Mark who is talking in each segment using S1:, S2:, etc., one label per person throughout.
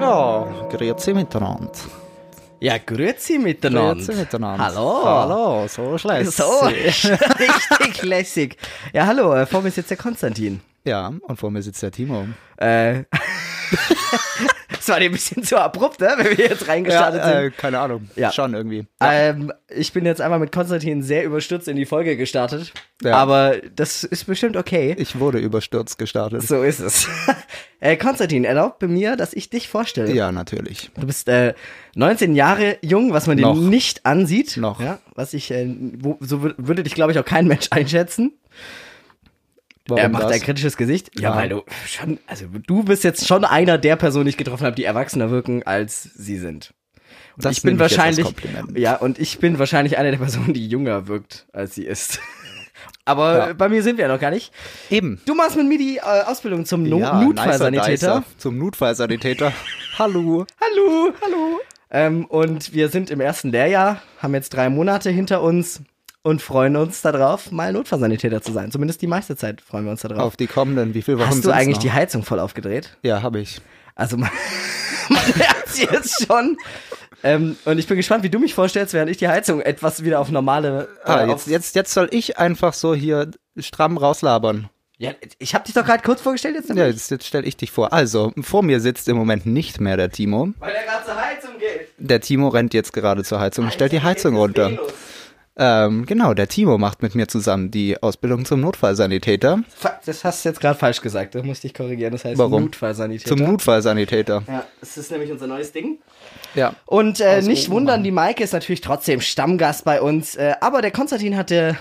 S1: Ja, grüezi miteinander.
S2: Ja, grüezi miteinander.
S1: Grüezi miteinander.
S2: Hallo.
S1: Hallo, so ist lässig.
S2: So, richtig lässig. Ja, hallo, äh, vor mir sitzt der Konstantin.
S1: Ja, und vor mir sitzt der Timo.
S2: Äh, das war dir ein bisschen zu abrupt, ne, wenn wir jetzt reingestartet sind.
S1: äh, keine Ahnung.
S2: Ja.
S1: Schon irgendwie.
S2: Ähm, ich bin jetzt einmal mit Konstantin sehr überstürzt in die Folge gestartet,
S1: Ja.
S2: aber das ist bestimmt okay.
S1: Ich wurde überstürzt gestartet.
S2: So ist es. äh, Konstantin, erlaubt mir, dass ich dich vorstelle.
S1: Ja, natürlich.
S2: Du bist äh, 19 Jahre jung, was man dir
S1: Noch.
S2: nicht ansieht.
S1: Noch.
S2: Ja, was ich, äh, wo, so wür- würde dich, glaube ich, auch kein Mensch einschätzen.
S1: Warum
S2: er macht
S1: das?
S2: ein kritisches Gesicht. Ja,
S1: Ja.
S2: weil du schon, also du bist jetzt schon einer der Personen, die ich getroffen habe, die erwachsener wirken, als sie sind. Und
S1: Das
S2: ich bin
S1: nehme ich jetzt als
S2: wahrscheinlich,
S1: Kompliment.
S2: ja, und ich bin wahrscheinlich einer der Personen, die jünger wirkt, als sie ist. Aber
S1: Ja.
S2: bei mir sind wir ja noch gar nicht.
S1: Eben.
S2: Du machst mit mir die äh, Ausbildung zum no
S1: Ja,
S2: Notfallsanitäter.
S1: nicer Dicer Zum Notfallsanitäter. Hallo.
S2: Hallo, hallo. Ähm, und wir sind im ersten Lehrjahr, haben jetzt drei Monate hinter uns und freuen uns darauf, mal Notfallsanitäter zu sein. Zumindest die meiste Zeit freuen wir uns darauf.
S1: Auf die kommenden, wie viel Wochen
S2: Hast du
S1: sind's
S2: eigentlich
S1: noch?
S2: die Heizung voll aufgedreht?
S1: Ja, habe ich.
S2: Also man, man merkt sie jetzt schon. Ähm, und ich bin gespannt, wie du mich vorstellst, während ich die Heizung etwas wieder auf normale. äh,
S1: Ah,
S2: auf,
S1: jetzt, jetzt, jetzt soll ich einfach so hier stramm rauslabern.
S2: ja, ich habe dich doch gerade kurz vorgestellt jetzt. ne?
S1: Ja, jetzt, jetzt stelle ich dich vor. Also, vor mir sitzt im Moment nicht mehr der Timo.
S2: Weil er gerade zur Heizung geht.
S1: Der Timo rennt jetzt gerade zur Heizung und stellt die Heizung
S2: eh
S1: runter. Ähm, genau, der Timo macht mit mir zusammen die Ausbildung zum Notfallsanitäter.
S2: Fa- Das hast du jetzt gerade falsch gesagt, da musste ich korrigieren. Das heißt
S1: Warum?
S2: Notfallsanitäter.
S1: Zum Notfallsanitäter.
S2: ja, es ist nämlich unser neues Ding.
S1: Ja.
S2: Und äh, nicht wundern, die Maike ist natürlich trotzdem Stammgast bei uns. Äh, aber der Konstantin hatte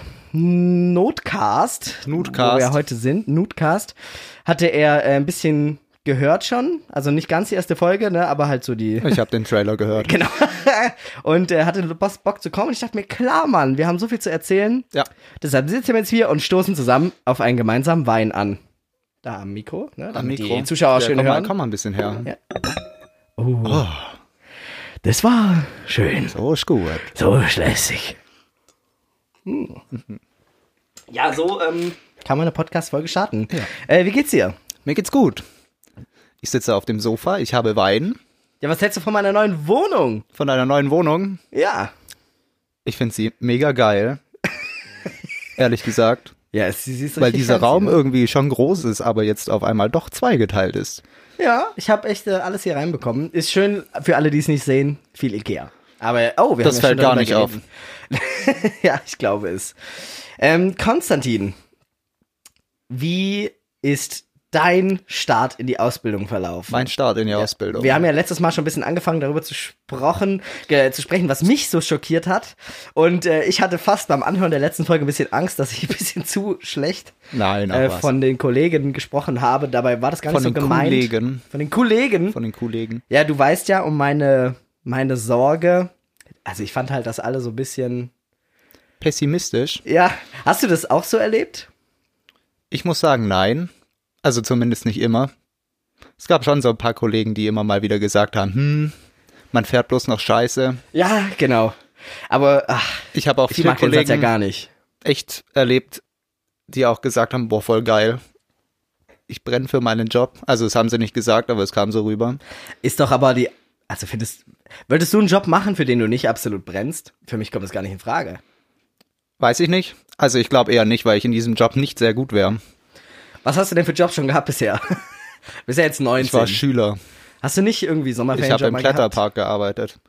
S2: Notcast,
S1: Notcast.
S2: wo wir heute sind, Notcast, hatte er äh, ein bisschen gehört schon. Also nicht ganz die erste Folge, ne, aber halt so die...
S1: Ich habe den Trailer gehört.
S2: Genau. und er hatte Boss Bock zu kommen. Und ich dachte mir, klar, Mann, wir haben so viel zu erzählen.
S1: Ja.
S2: Deshalb sitzen wir jetzt hier und stoßen zusammen auf einen gemeinsamen Wein an. Da am Mikro, ne? Damit die Zuschauer
S1: ja,
S2: schön
S1: komm
S2: hören.
S1: Mal, komm mal ein bisschen her.
S2: Ja. Oh. Das war schön.
S1: So Oh, ist gut.
S2: So lässig. Ja, so ähm, kann man eine Podcast-Folge starten. Äh, wie geht's dir?
S1: Mir geht's gut. Ich sitze auf dem Sofa, ich habe Wein
S2: Ja, was hältst du von meiner neuen Wohnung?
S1: von einer neuen Wohnung.
S2: Ja.
S1: Ich finde sie mega geil. Ehrlich gesagt.
S2: Ja, es, sie ist
S1: Weil
S2: richtig
S1: dieser
S2: fancy,
S1: Raum
S2: ne?
S1: irgendwie schon groß ist, aber jetzt auf einmal doch zweigeteilt ist.
S2: Ja, ich habe echt äh, alles hier reinbekommen. Ist schön für alle, die es nicht sehen, viel Ikea. Aber, oh, wir
S1: Das
S2: haben ja
S1: fällt
S2: schon
S1: gar
S2: darüber
S1: nicht auf.
S2: geredet. ja, ich glaube es. Ähm, Konstantin, wie ist dein Start in die Ausbildung verlaufen?
S1: Mein Start in die Ausbildung.
S2: Wir haben ja letztes Mal schon ein bisschen angefangen, darüber zu, sprochen, ge, zu sprechen, was mich so schockiert hat. Und äh, ich hatte fast beim Anhören der letzten Folge ein bisschen Angst, dass ich ein bisschen zu schlecht
S1: Nein, aber
S2: äh, von den Kollegen gesprochen habe. Dabei war das gar
S1: Von
S2: nicht so
S1: den
S2: gemeint.
S1: Kollegen.
S2: Von den Kollegen.
S1: von den Kollegen.
S2: ja, du weißt ja um meine, meine Sorge. Also ich fand halt das alle so ein bisschen.
S1: Pessimistisch?
S2: Ja, hast du das auch so erlebt?
S1: Ich muss sagen, nein. Also zumindest nicht immer. Es gab schon so ein paar Kollegen, die immer mal wieder gesagt haben, hm, man fährt bloß noch Scheiße.
S2: Ja, genau. Aber ach,
S1: Ich habe auch
S2: ich
S1: viele
S2: mag den Satz ja
S1: Kollegen
S2: gar nicht.
S1: echt erlebt, die auch gesagt haben, boah, voll geil. Ich brenne für meinen Job. Also das haben sie nicht gesagt, aber es kam so rüber.
S2: Ist doch aber die. Also findest. Würdest du einen Job machen, für den du nicht absolut brennst? Für mich kommt das gar nicht in Frage.
S1: Weiß ich nicht. Also ich glaube eher nicht, weil ich in diesem Job nicht sehr gut wäre.
S2: Was hast du denn für Jobs schon gehabt bisher? bisher jetzt 19.
S1: Ich war Schüler.
S2: Hast du nicht irgendwie
S1: Ich
S2: Sommerferien
S1: habe im Kletterpark gearbeitet.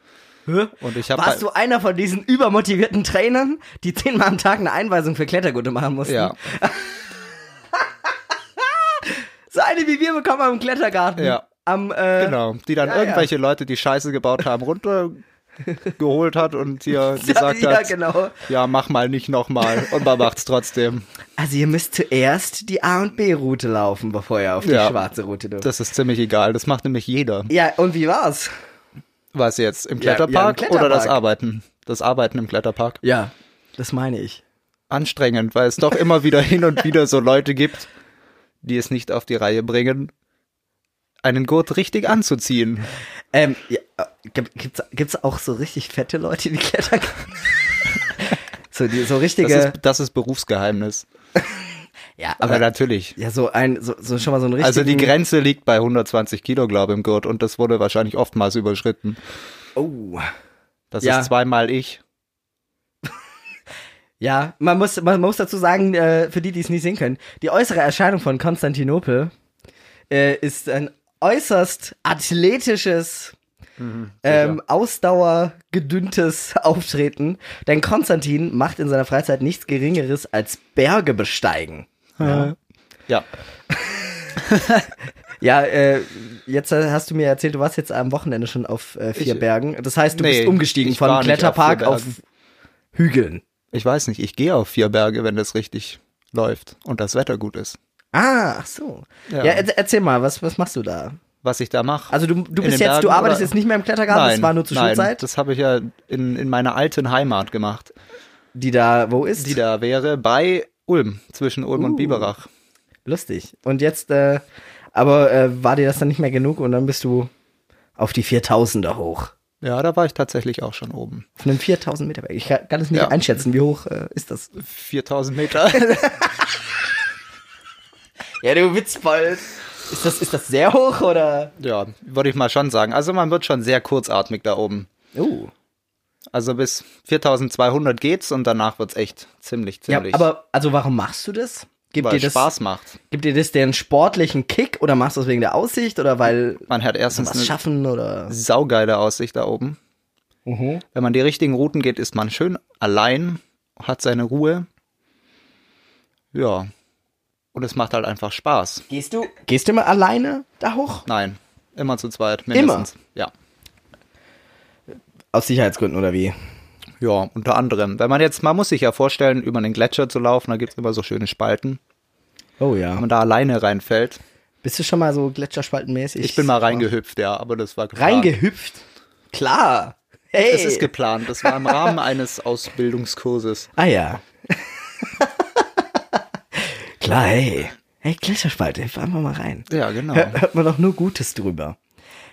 S1: Und ich halt habe
S2: Warst du einer von diesen übermotivierten Trainern, die zehnmal am Tag eine Einweisung für Klettergurte machen mussten?
S1: ja,
S2: So eine wie wir bekommen am Klettergarten.
S1: Ja.
S2: Am, äh,
S1: Genau, die dann
S2: Ja, ja.
S1: irgendwelche Leute, die Scheiße gebaut haben, runtergeholt hat und hier gesagt
S2: ja,
S1: hat,
S2: genau.
S1: ja, mach mal nicht nochmal. Und man macht's trotzdem.
S2: Also ihr müsst zuerst die A- und B-Route laufen, bevor ihr auf die
S1: Ja.
S2: schwarze Route dürft.
S1: Das ist ziemlich egal. Das macht nämlich jeder.
S2: ja, und wie war's?
S1: Was jetzt? Im
S2: Ja, ja, im
S1: Kletterpark, oder das
S2: Kletterpark.
S1: Arbeiten? Das Arbeiten im Kletterpark.
S2: Ja, das meine ich.
S1: Anstrengend, weil es doch immer wieder hin und wieder so Leute gibt, die es nicht auf die Reihe bringen, einen Gurt richtig anzuziehen.
S2: Ähm, ja, äh, gibt, gibt's, gibt's auch so richtig fette Leute, die klettern können? so, die, so
S1: Das
S2: richtige.
S1: ist, das ist Berufsgeheimnis.
S2: Ja,
S1: Aber natürlich.
S2: ja, so ein, so, so schon mal so ein richtiger.
S1: Also die Grenze liegt bei 120 Kilo, glaube ich, im Gurt und das wurde wahrscheinlich oftmals überschritten.
S2: Oh.
S1: Das
S2: Ja.
S1: ist zweimal ich.
S2: Ja, man muss, man muss dazu sagen, äh, für die, die es nicht sehen können, die äußere Erscheinung von Konstantinopel äh, ist ein äußerst athletisches,
S1: Mhm,
S2: ähm, ausdauergedünntes Auftreten. Denn Konstantin macht in seiner Freizeit nichts Geringeres als Berge besteigen. Ja,
S1: Äh, Ja.
S2: ja äh, jetzt äh, hast du mir erzählt, du warst jetzt am Wochenende schon auf äh, vier
S1: Ich-
S2: Bergen. Das heißt, du
S1: Nee,
S2: bist umgestiegen
S1: ich
S2: von
S1: war nicht auf
S2: Kletterpark
S1: vier
S2: auf
S1: Bergen.
S2: Hügeln.
S1: Ich weiß nicht, ich gehe auf vier Berge, wenn das richtig läuft und das Wetter gut ist.
S2: Ah, ach so. Ja,
S1: Ja.
S2: er- erzähl mal, was, was machst du da?
S1: Was ich da mache.
S2: Also du, du
S1: In
S2: bist
S1: den
S2: jetzt,
S1: Bergen
S2: du arbeitest
S1: oder-
S2: jetzt nicht mehr im Klettergarten, das war nur zur
S1: nein,
S2: Schulzeit,
S1: Das habe ich ja in, in meiner alten Heimat gemacht,
S2: die da, wo ist?
S1: die da wäre bei Ulm, zwischen Ulm
S2: Uh.
S1: und Biberach.
S2: Lustig. Und jetzt, äh, aber äh, war dir das dann nicht mehr genug und dann bist du auf die 4000er hoch.
S1: Ja, da war ich tatsächlich auch schon oben.
S2: Auf einem 4000 Meter Berg. Ich kann, kann es nicht
S1: Ja.
S2: einschätzen, wie hoch äh, ist das?
S1: 4000 Meter.
S2: Ja, du Witzbold. Ist das, ist das sehr hoch oder?
S1: ja, würde ich mal schon sagen. Also man wird schon sehr kurzatmig da oben.
S2: Uh.
S1: Also bis 4200 geht's und danach wird's echt ziemlich,
S2: Ja,
S1: ziemlich.
S2: aber also warum machst du das? Gibt
S1: weil
S2: dir das,
S1: Spaß macht.
S2: gibt dir das den sportlichen Kick oder machst du das wegen der Aussicht oder weil
S1: Man hat erstens
S2: was
S1: eine
S2: schaffen oder?
S1: saugeile Aussicht da oben.
S2: Mhm.
S1: Wenn man die richtigen Routen geht, ist man schön allein, hat seine Ruhe. Ja. Und es macht halt einfach Spaß.
S2: Gehst du? Gehst du immer alleine da hoch?
S1: Nein, immer zu zweit, mindestens. Ja.
S2: Aus Sicherheitsgründen oder wie?
S1: Ja, unter anderem. Wenn man jetzt, man muss sich ja vorstellen, über einen Gletscher zu laufen, da gibt's immer so schöne Spalten.
S2: Oh
S1: Wenn
S2: ja.
S1: man da alleine reinfällt.
S2: Bist du schon mal so gletscherspaltenmäßig?
S1: Ich bin mal reingehüpft, ja, aber das war geplant.
S2: Reingehüpft? Klar. Hey.
S1: Es ist geplant. Das war im Rahmen eines Ausbildungskurses.
S2: ah ja. Klar, hey. Hey, Gletscherspalte, fahren wir mal rein.
S1: Ja, genau.
S2: Hör, hört man doch nur Gutes drüber.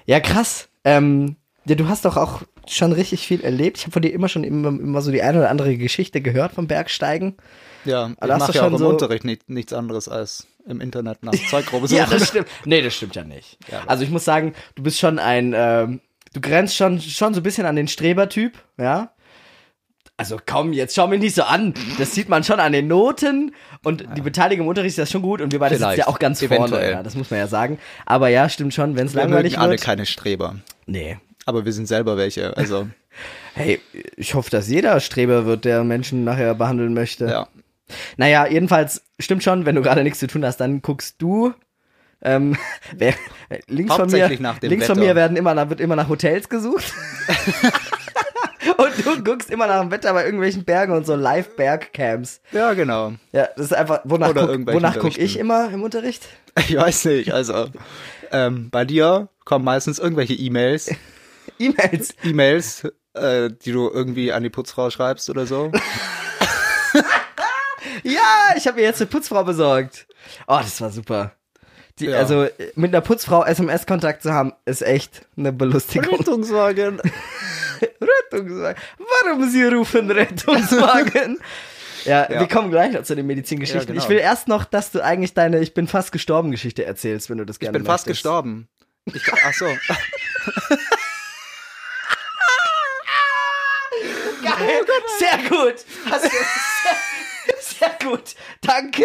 S2: Ja, krass. Ähm, ja, du hast doch auch schon richtig viel erlebt. Ich habe von dir immer schon immer, immer so die eine oder andere Geschichte gehört vom Bergsteigen.
S1: Ja, ich
S2: Also hast
S1: mache
S2: du
S1: ja auch
S2: schon
S1: im
S2: so-
S1: Unterricht nicht, nichts anderes als im Internet nach Zeug rumsuchen.
S2: Ja, das stimmt. Nee, das stimmt ja nicht. also ich muss sagen, du bist schon ein, ähm, du grenzt schon, schon so ein bisschen an den Strebertyp, ja. Also komm, jetzt schau mich nicht so an. Das sieht man schon an den Noten und die Beteiligung im Unterricht ist ja schon gut und wir beide sitzen
S1: Vielleicht.
S2: ja auch ganz vorne,
S1: Eventuell.
S2: ja, das muss man ja sagen. Aber ja, stimmt schon, wenn es
S1: Wir mögen
S2: langweilig
S1: alle
S2: wird.
S1: keine Streber.
S2: Nee.
S1: Aber wir sind selber welche. Also,
S2: Hey, ich hoffe, dass jeder Streber wird, der Menschen nachher behandeln möchte.
S1: ja.
S2: Naja, jedenfalls stimmt schon, wenn du gerade nichts zu tun hast, dann guckst du. Ähm, wer, links von mir,
S1: Hauptsächlich nach dem
S2: links von
S1: Wetter.
S2: mir werden immer, nach- wird immer nach Hotels gesucht. und du guckst immer nach dem Wetter bei irgendwelchen Bergen und so Live-Berg-Camps.
S1: Ja, genau.
S2: Ja, das ist einfach, wonach
S1: Oder
S2: guck,
S1: irgendwelchen
S2: wonach guck ich
S1: Berichten.
S2: immer im Unterricht?
S1: Ich weiß nicht. Also, ähm, bei dir kommen meistens irgendwelche E-Mails.
S2: E-Mails.
S1: E-Mails, äh, die du irgendwie an die Putzfrau schreibst oder so.
S2: Ja, ich habe mir jetzt eine Putzfrau besorgt. Oh, das war super. Die,
S1: Ja.
S2: Also mit einer Putzfrau SMS-Kontakt zu haben, ist echt eine Belustigung.
S1: Rettungswagen.
S2: Rettungswagen. Warum Sie rufen Rettungswagen? ja,
S1: Ja.
S2: wir kommen gleich noch zu den Medizingeschichten.
S1: Ja, genau.
S2: Ich will erst noch, dass du eigentlich deine Ich bin fast gestorben Geschichte erzählst, wenn du das
S1: Ich
S2: gerne
S1: bin fast
S2: möchtest.
S1: gestorben. Ich, ach so. Oh
S2: Geil. Sehr gut. Hast du, sehr, sehr gut. Danke.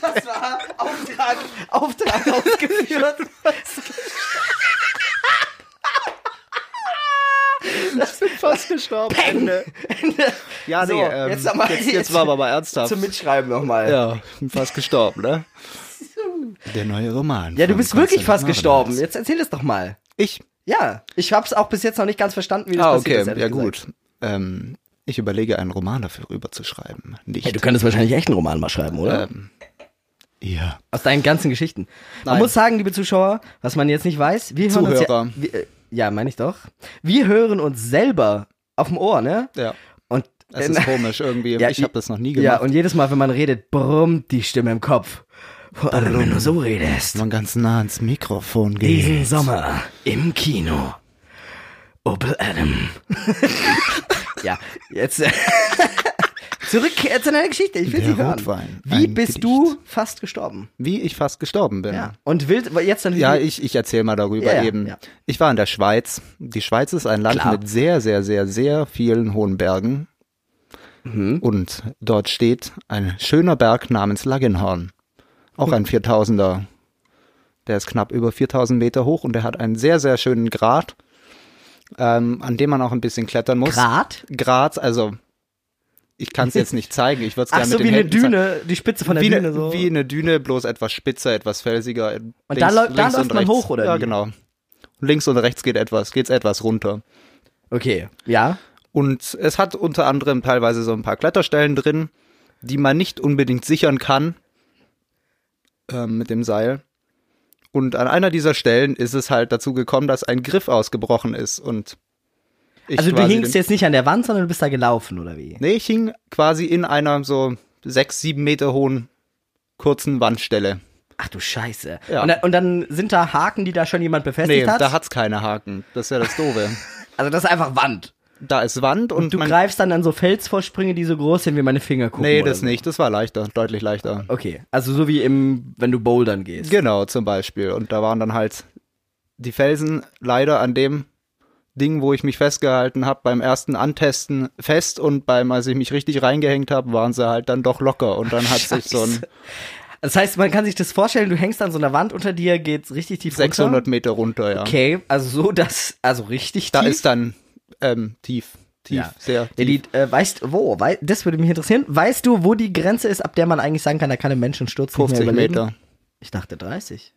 S2: Das war Auftrag, Auftrag ausgeführt.
S1: Ich bin fast gestorben.
S2: Ende. Ende.
S1: Ja,
S2: So,
S1: nee, ähm,
S2: jetzt noch mal-
S1: jetzt, jetzt war aber mal ernsthaft.
S2: Zum Mitschreiben nochmal.
S1: Ja, bin fast gestorben, ne? Der neue Roman.
S2: ja, du
S1: von
S2: bist
S1: Konstantin
S2: wirklich fast
S1: Adenauer.
S2: gestorben. Jetzt erzähl es doch mal.
S1: Ich?
S2: Ja, ich hab's auch bis jetzt noch nicht ganz verstanden, wie das
S1: Ah,
S2: passiert
S1: okay,
S2: ist. ehrlich
S1: ja
S2: gesagt.
S1: gut. Ähm, ich überlege, einen Roman dafür rüberzuschreiben. Nicht.
S2: Hey, du könntest wahrscheinlich echt einen Roman mal schreiben, oder?
S1: ähm, ja.
S2: Aus deinen ganzen Geschichten. Man
S1: Nein.
S2: muss sagen, liebe Zuschauer, was man jetzt nicht weiß, wir hören
S1: Zuhörer.
S2: uns ja, wir, äh, ja, meine ich doch. Wir hören uns selber auf dem Ohr, ne?
S1: Ja,
S2: Und
S1: es
S2: äh,
S1: ist komisch irgendwie.
S2: Ja,
S1: ich habe das noch nie
S2: ja,
S1: gemacht.
S2: und jedes Mal, wenn man redet, brummt die Stimme im Kopf. Vor allem, wenn du so redest.
S1: man ganz nah ans Mikrofon geht.
S2: Diesen Sommer im Kino. Opel Adam. ja, jetzt äh, Zurück äh, zu deiner Geschichte. Ich will
S1: Der
S2: sie hören.
S1: Rotwein,
S2: Wie
S1: ein
S2: bist
S1: Gedicht.
S2: du fast gestorben?
S1: Wie ich fast gestorben bin.
S2: Ja. Und willst weil jetzt dann
S1: Ja, ich, ich erzähle mal darüber
S2: Ja, ja,
S1: eben.
S2: ja.
S1: Ich war in der Schweiz. Die Schweiz ist ein Land
S2: Klar.
S1: mit sehr, sehr, sehr, sehr vielen hohen Bergen.
S2: Mhm.
S1: Und dort steht ein schöner Berg namens Lagenhorn. Auch
S2: Hm.
S1: ein 4000er. Der ist knapp über 4000 Meter hoch und der hat einen sehr, sehr schönen Grat, ähm, an dem man auch ein bisschen klettern muss.
S2: Grad?
S1: Grat, also ich kann es jetzt nicht zeigen. Ich würde es
S2: Ach
S1: gerne
S2: so,
S1: mit den
S2: wie eine
S1: Händen zeigen.
S2: Düne, die Spitze von der
S1: Wie
S2: Düne
S1: eine,
S2: so.
S1: wie eine Düne, bloß etwas spitzer, etwas felsiger. Und
S2: da läu- da läuft man hoch, oder
S1: Ja,
S2: wie?
S1: genau. Links und rechts geht etwas, geht's etwas runter.
S2: okay, ja.
S1: Und es hat unter anderem teilweise so ein paar Kletterstellen drin, die man nicht unbedingt sichern kann ähm, mit dem Seil. Und an einer dieser Stellen ist es halt dazu gekommen, dass ein Griff ausgebrochen ist und ich
S2: Also du
S1: quasi
S2: hingst
S1: den,
S2: jetzt nicht an der Wand, sondern du bist da gelaufen, oder wie?
S1: Nee, ich hing quasi in einer so sechs, sieben Meter hohen kurzen Wandstelle.
S2: Ach du Scheiße.
S1: Ja.
S2: Und, dann, und dann sind da Haken, die da schon jemand
S1: Nee,
S2: befestigt hat?
S1: da hat's keine Haken. Das ist ja das Doofe.
S2: also das ist einfach Wand.
S1: Da ist Wand und,
S2: Du
S1: man,
S2: greifst dann an so Felsvorsprünge, die so groß sind wie meine Finger gucken.
S1: Nee,
S2: oder
S1: das
S2: so.
S1: nicht. Das war leichter, deutlich leichter.
S2: Okay, also so wie im, wenn du bouldern gehst.
S1: Genau, zum Beispiel. Und da waren dann halt die Felsen leider an dem Ding, wo ich mich festgehalten habe, beim ersten Antesten fest und beim, als ich mich richtig reingehängt habe, waren sie halt dann doch locker. Und dann hat sich so ein
S2: Das heißt, man kann sich das vorstellen, du hängst an so einer Wand unter dir, geht's richtig tief
S1: 600
S2: runter.
S1: Meter runter, ja.
S2: Okay, also so das, also richtig
S1: Da
S2: tief.
S1: ist dann ähm, tief, tief,
S2: ja.
S1: sehr
S2: Ja,
S1: tief.
S2: die, äh, weißt wo? Wei das würde mich interessieren. Weißt du, wo die Grenze ist, ab der man eigentlich sagen kann, da kann ein Mensch einen Sturz nicht
S1: 50
S2: mehr überleben?
S1: Meter.
S2: Ich dachte 30.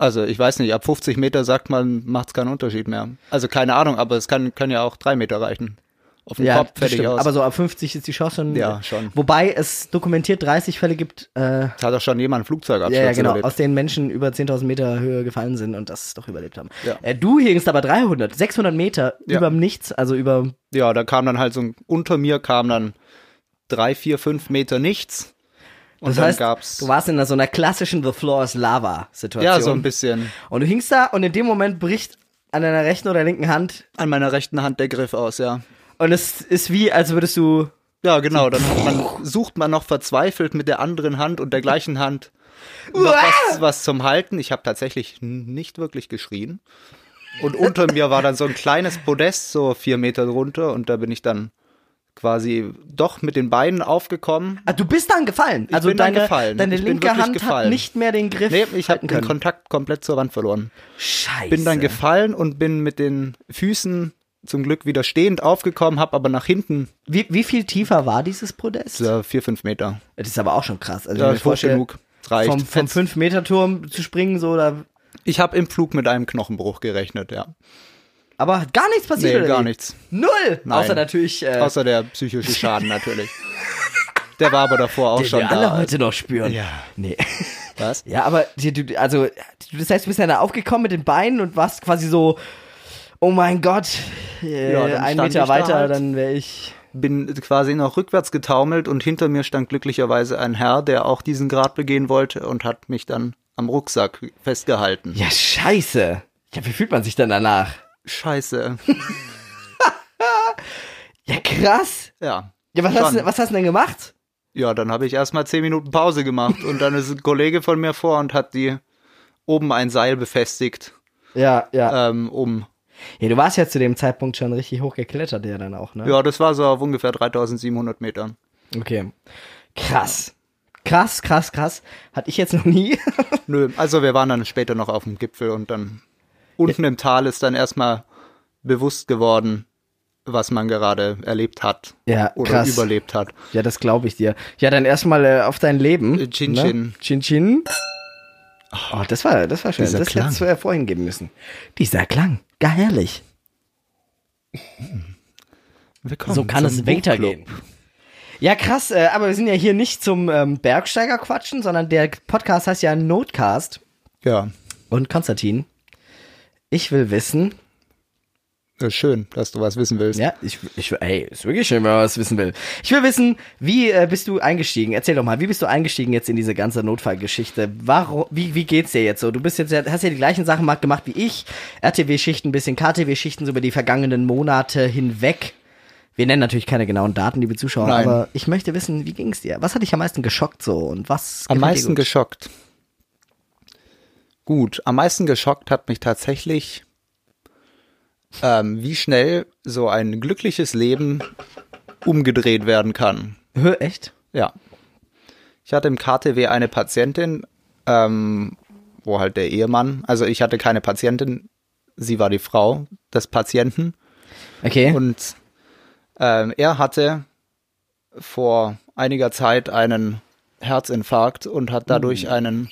S1: Also ich weiß nicht, ab 50 Meter sagt man, macht's keinen Unterschied mehr. Also keine Ahnung, aber es kann, können ja auch drei Meter reichen. Auf den
S2: Ja,
S1: Kopf
S2: das
S1: fertig
S2: stimmt.
S1: aus.
S2: aber so ab 50 ist die Chance schon. äh,
S1: Ja, schon.
S2: Wobei es dokumentiert 30 Fälle gibt, äh,
S1: hat doch schon jemand einen Flugzeugabsturz
S2: ja, ja, genau,
S1: erlebt.
S2: aus denen Menschen über 10.000 Meter Höhe gefallen sind und das doch überlebt haben.
S1: Ja.
S2: Äh, du hingst aber 300, 600 Meter
S1: Ja.
S2: überm Nichts, also über
S1: ja, da kam dann halt so ein, unter mir kam dann drei, vier, fünf Meter nichts. Und
S2: Das
S1: dann
S2: heißt,
S1: gab's,
S2: du warst in so einer klassischen The Floor is Lava Situation.
S1: ja, so ein bisschen.
S2: Und du hingst da und in dem Moment bricht an deiner rechten oder linken Hand
S1: An meiner rechten Hand der Griff aus, ja.
S2: und es ist wie, als würdest du.
S1: Ja, genau, dann hat man, sucht man noch verzweifelt mit der anderen Hand und der gleichen Hand noch
S2: Uah!
S1: was, was zum Halten. Ich habe tatsächlich n- nicht wirklich geschrien. Und unter mir war dann so ein kleines Podest, so vier Meter drunter. Und da bin ich dann quasi doch mit den Beinen aufgekommen.
S2: Ah, du bist dann gefallen.
S1: Ich
S2: also
S1: bin dann
S2: deine,
S1: gefallen.
S2: deine
S1: Ich bin
S2: linke
S1: wirklich
S2: Hand hat
S1: gefallen.
S2: nicht mehr den Griff.
S1: Nee, ich habe
S2: halten
S1: den
S2: können.
S1: Kontakt komplett zur Wand verloren.
S2: Scheiße.
S1: bin dann gefallen und bin mit den Füßen zum Glück wieder stehend aufgekommen, habe aber nach hinten
S2: wie, wie viel tiefer war dieses Podest?
S1: so vier, fünf Meter.
S2: Das ist aber auch schon krass. Also,
S1: Da
S2: wenn ich
S1: ist
S2: mir
S1: hoch
S2: vorstelle,
S1: genug. Das reicht.
S2: Vom, vom
S1: Jetzt-
S2: 5-Meter-Turm zu springen, so, da.
S1: ich habe im Flug mit einem Knochenbruch gerechnet, ja.
S2: Aber hat gar nichts passiert,
S1: Nee,
S2: oder
S1: gar
S2: wie?
S1: nichts.
S2: Null! Außer natürlich, äh,
S1: Außer der psychische Schaden natürlich. Der war aber davor auch
S2: den
S1: schon
S2: wir alle
S1: da.
S2: heute noch spüren.
S1: Ja.
S2: Nee.
S1: Was?
S2: Ja, aber die, du, also, du- das heißt, du bist dann da aufgekommen mit den Beinen und warst quasi so, oh mein Gott, äh,
S1: Ja, dann
S2: ein
S1: stand
S2: Meter
S1: ich da
S2: weiter,
S1: halt.
S2: dann wäre ich.
S1: Bin quasi noch rückwärts getaumelt und hinter mir stand glücklicherweise ein Herr, der auch diesen Grat begehen wollte und hat mich dann am Rucksack festgehalten.
S2: Ja, scheiße. Ja, wie fühlt man sich dann danach?
S1: Scheiße.
S2: Ja, krass.
S1: Ja.
S2: Ja, was hast,
S1: Schon.
S2: du- was hast du denn gemacht?
S1: Ja, dann habe ich erstmal zehn Minuten Pause gemacht und dann ist ein Kollege von mir vor und hat die oben ein Seil befestigt,
S2: Ja, ja.
S1: ähm, um.
S2: Äh. Ja, du warst ja zu dem Zeitpunkt schon richtig hochgeklettert, ja, dann auch, ne?
S1: Ja, das war so auf ungefähr 3700 Metern.
S2: Okay. Krass. Krass, krass, krass. Hatte ich jetzt noch nie.
S1: Nö, also wir waren dann später noch auf dem Gipfel und dann unten im Tal ist dann erstmal bewusst geworden, was man gerade erlebt hat
S2: Ja,
S1: oder
S2: krass.
S1: überlebt hat.
S2: Ja, das glaube ich dir. Ja, dann erstmal äh, auf dein Leben.
S1: Äh, Chin
S2: ne?
S1: Chin.
S2: Chin Chin. Oh, das war, das war schön.
S1: Dieser
S2: das hättest du ja vorhin geben müssen. Dieser Klang. Gar herrlich.
S1: Willkommen
S2: so kann
S1: zum
S2: es weitergehen.
S1: Buchclub.
S2: Ja, krass. Äh, aber wir sind ja hier nicht zum ähm, Bergsteiger quatschen, sondern der Podcast heißt ja Notcast.
S1: Ja,
S2: Und Konstantin, ich will wissen,
S1: äh, schön, dass du was wissen willst.
S2: Ja, ich, ich, ey, ist wirklich schön, wenn man was wissen will. Ich will wissen, wie äh, bist du eingestiegen? Erzähl doch mal, wie bist du eingestiegen jetzt in diese ganze Notfallgeschichte? Warum, wie, wie geht's dir jetzt so? Du bist jetzt, ja- hast ja die gleichen Sachen mal gemacht wie ich. RTW-Schichten, bisschen KTW-Schichten so über die vergangenen Monate hinweg. Wir nennen natürlich keine genauen Daten, liebe Zuschauer,
S1: Nein.
S2: aber ich möchte wissen, wie ging es dir? Was hat dich am meisten geschockt so und was
S1: Am
S2: gefällt dir
S1: meisten
S2: gut?
S1: geschockt. Gut, am meisten geschockt hat mich tatsächlich, ähm, wie schnell so ein glückliches Leben umgedreht werden kann.
S2: Hö, echt?
S1: Ja. Ich hatte im KTW eine Patientin, ähm, wo halt der Ehemann, also ich hatte keine Patientin, sie war die Frau des Patienten.
S2: Okay.
S1: Und ähm, er hatte vor einiger Zeit einen Herzinfarkt und hat dadurch einen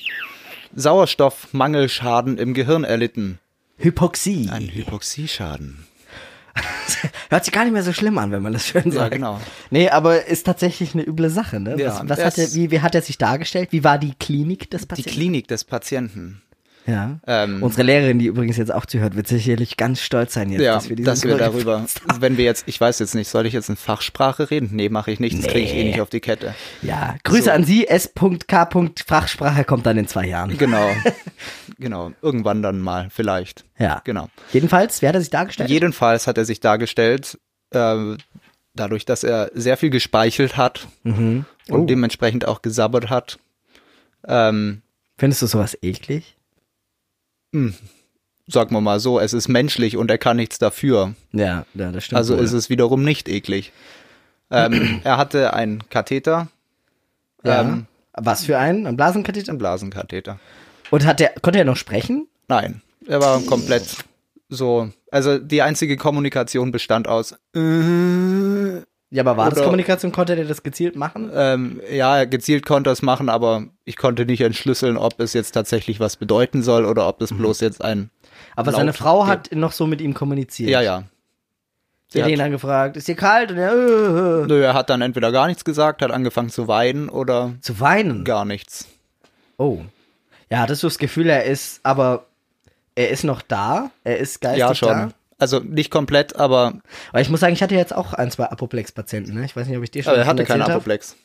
S1: Sauerstoffmangelschaden im Gehirn erlitten.
S2: Hypoxie.
S1: Ein Hypoxieschaden.
S2: Hört sich gar nicht mehr so schlimm an, wenn man das schön sagt.
S1: genau.
S2: Nee, aber ist tatsächlich eine üble Sache, ne?
S1: Ja,
S2: was, was
S1: das-
S2: hat er, wie, wie hat er sich dargestellt? Wie war die Klinik des
S1: Die
S2: Patienten?
S1: Klinik des Patienten.
S2: ja.
S1: Ähm,
S2: Unsere Lehrerin, die übrigens jetzt auch zuhört, wird sicherlich ganz stolz sein jetzt,
S1: ja,
S2: dass wir, diesen
S1: dass wir
S2: Übergriff-
S1: darüber, wenn wir jetzt, ich weiß jetzt nicht, soll ich jetzt in Fachsprache reden? Nee, mache ich nicht, das kriege ich eh nicht auf die Kette.
S2: Ja, Grüße
S1: So.
S2: an Sie, S.K. Fachsprache kommt dann in zwei Jahren.
S1: Genau, genau, irgendwann dann mal, vielleicht.
S2: Ja.
S1: Genau.
S2: Jedenfalls, wer hat er sich dargestellt?
S1: Jedenfalls hat er sich dargestellt, äh, dadurch, dass er sehr viel gespeichelt hat
S2: Mhm.
S1: und
S2: Oh.
S1: dementsprechend auch gesabbert hat. Ähm,
S2: Findest du sowas eklig?
S1: sagen wir mal so, es ist menschlich und er kann nichts dafür.
S2: Ja, ja das stimmt.
S1: Also
S2: wohl.
S1: ist es wiederum nicht eklig. Ähm, er hatte einen Katheter,
S2: Ja.
S1: ähm,
S2: Was für einen? Ein Blasenkatheter?
S1: einen Blasenkatheter.
S2: Und hat der, konnte er noch sprechen?
S1: Nein, er war komplett so. Also die einzige Kommunikation bestand aus, äh,
S2: Ja, aber war das
S1: Oder-
S2: Kommunikation? Konnte der das gezielt machen?
S1: ähm, ja, gezielt konnte er es machen, aber ich konnte nicht entschlüsseln, ob es jetzt tatsächlich was bedeuten soll oder ob das
S2: Mhm.
S1: bloß jetzt ein.
S2: Aber
S1: laut-
S2: seine Frau hat noch so mit ihm kommuniziert.
S1: Ja, ja.
S2: Sie hat ihn dann gefragt, ist dir kalt? Und er, äh, äh,
S1: Nö, er hat dann entweder gar nichts gesagt, hat angefangen zu weinen oder
S2: zu weinen.
S1: gar nichts.
S2: Oh. Ja, hattest du das Gefühl, er ist, aber er ist noch da? Er ist geistig
S1: ja, schon.
S2: da?
S1: Also nicht komplett, aber
S2: Weil ich muss sagen, ich hatte jetzt auch ein, zwei Apoplex-Patienten. Ne? Ich weiß nicht, ob ich dir schon
S1: er hatte
S2: davon
S1: keinen
S2: erzählt hab.
S1: Apoplex.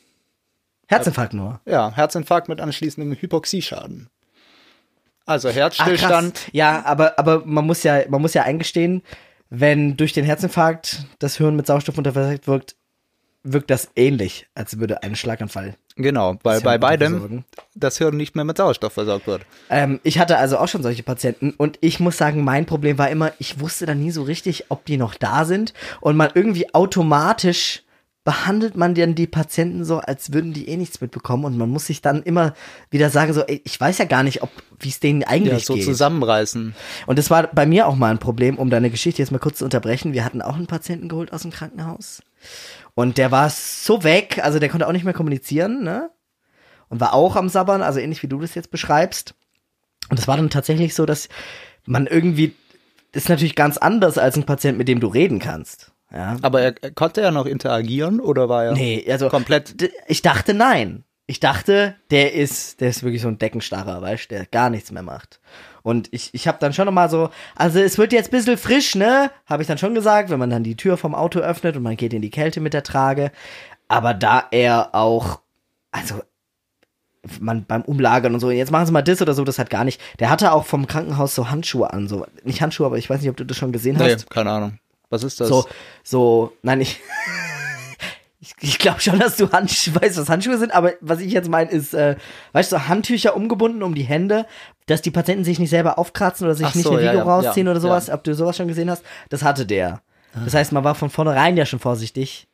S2: Herzinfarkt nur.
S1: Ja, Herzinfarkt mit anschließendem Hypoxieschaden. Also
S2: Ach, Ah, krass.
S1: Herzstillstand,
S2: Ja, aber, aber man, muss ja, man muss ja eingestehen, wenn durch den Herzinfarkt das Hirn mit Sauerstoff unterversorgt wirkt, wirkt das ähnlich, als würde ein Schlaganfall.
S1: Genau, weil
S2: Ist ja
S1: bei
S2: eine gute
S1: beidem
S2: Versorgung.
S1: das Hirn nicht mehr mit Sauerstoff versorgt wird.
S2: Ähm, ich hatte also auch schon solche Patienten und ich muss sagen, mein Problem war immer, ich wusste dann nie so richtig, ob die noch da sind und man irgendwie automatisch behandelt man dann die Patienten so, als würden die eh nichts mitbekommen und man muss sich dann immer wieder sagen, so, ey, ich weiß ja gar nicht, ob wie es denen
S1: Ja,
S2: eigentlich
S1: so
S2: geht.
S1: zusammenreißen.
S2: Und das war bei mir auch mal ein Problem, um deine Geschichte jetzt mal kurz zu unterbrechen. Wir hatten auch einen Patienten geholt aus dem Krankenhaus. Und der war so weg, also der konnte auch nicht mehr kommunizieren, ne? Und war auch am Sabbern, also ähnlich wie du das jetzt beschreibst. Und es war dann tatsächlich so, dass man irgendwie, das ist natürlich ganz anders als ein Patient, mit dem du reden kannst. Ja.
S1: Aber er, er- konnte er noch interagieren oder war er
S2: Nee, also
S1: komplett?
S2: d- ich dachte nein. Ich dachte, der ist, der ist wirklich so ein Deckenstarrer, weißt du, der gar nichts mehr macht. Und ich, ich habe dann schon nochmal so, also es wird jetzt ein bisschen frisch, ne? Habe ich dann schon gesagt, wenn man dann die Tür vom Auto öffnet und man geht in die Kälte mit der Trage. Aber da er auch, also man beim Umlagern und so, jetzt machen sie mal das oder so, das hat gar nicht. Der hatte auch vom Krankenhaus so Handschuhe an, so, nicht Handschuhe, aber ich weiß nicht, ob du das schon gesehen
S1: Nee,
S2: hast.
S1: keine Ahnung. Was ist das?
S2: So, so, nein, ich. Ich, ich glaube schon, dass du Handsch weißt, was Handschuhe sind, aber was ich jetzt meine, ist, äh, weißt du, so Handtücher umgebunden um die Hände, dass die Patienten sich nicht selber aufkratzen oder sich
S1: Ach
S2: nicht
S1: so,
S2: eine
S1: ja,
S2: Video
S1: ja,
S2: rausziehen
S1: ja,
S2: oder sowas,
S1: ja. Ah.
S2: ob du sowas schon gesehen hast, das hatte der. Das heißt, man war von vornherein ja schon vorsichtig,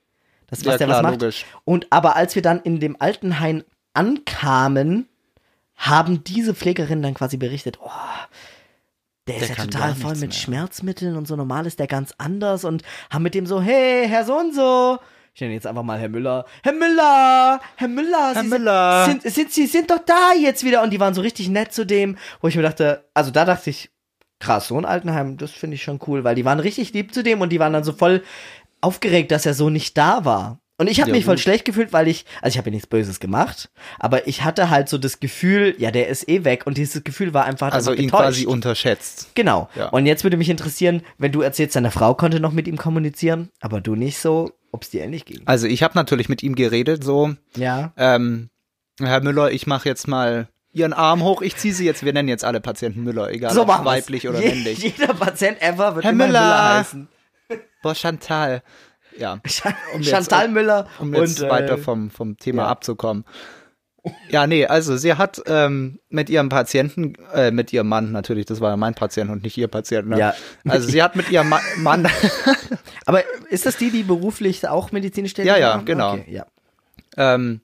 S2: dass, was
S1: Ja,
S2: der
S1: klar,
S2: was macht.
S1: logisch.
S2: Und aber als wir dann in dem Altenhain ankamen, haben diese Pflegerinnen dann quasi berichtet, oh, der ist
S1: Der
S2: ja
S1: kann
S2: total
S1: gar
S2: voll
S1: nichts
S2: mit
S1: mehr.
S2: Schmerzmitteln und so normal ist der ganz anders und haben mit dem so, hey, Herr so und so. Ich nenne jetzt einfach mal Herr Müller. Herr Müller, Herr Müller,
S1: Herr
S2: Sie
S1: Müller.
S2: Sind, sind, sind, Sie sind doch da jetzt wieder. Und die waren so richtig nett zu dem, wo ich mir dachte, also da dachte ich, krass, so ein Altenheim, das finde ich schon cool, weil die waren richtig lieb zu dem und die waren dann so voll aufgeregt, dass er so nicht da war. Und ich habe
S1: Ja,
S2: mich voll
S1: gut.
S2: schlecht gefühlt, weil ich, also ich habe ja nichts Böses gemacht, aber ich hatte halt so das Gefühl, ja, der ist eh weg und dieses Gefühl war einfach
S1: also
S2: einfach
S1: ihn
S2: getäuscht.
S1: quasi unterschätzt.
S2: Genau.
S1: Ja.
S2: Und jetzt würde mich interessieren, wenn du erzählst, deine Frau konnte noch mit ihm kommunizieren, aber du nicht so, ob es dir ähnlich ging.
S1: Also ich habe natürlich mit ihm geredet, so,
S2: Ja.
S1: ähm, Herr Müller, ich mache jetzt mal Ihren Arm hoch, ich ziehe Sie jetzt, wir nennen jetzt alle Patienten Müller, egal
S2: So
S1: ob
S2: machen wir's.
S1: weiblich oder
S2: Je-
S1: männlich.
S2: Jeder Patient ever wird
S1: Herr
S2: immer Müller.
S1: Müller.
S2: heißen.
S1: Boah, Chantal, ja. Um jetzt-
S2: Chantal Müller
S1: um
S2: und
S1: jetzt weiter
S2: äh,
S1: vom, vom Thema
S2: ja.
S1: abzukommen. Ja, nee, also sie hat ähm, mit ihrem Patienten, äh, mit ihrem Mann natürlich, das war ja mein Patient und nicht ihr Patient. Ne?
S2: Ja.
S1: Also sie hat mit ihrem Ma Mann,
S2: Aber ist das die, die beruflich auch medizinisch tätig
S1: Ja, ja,
S2: war?
S1: genau.
S2: Okay, ja.
S1: ähm,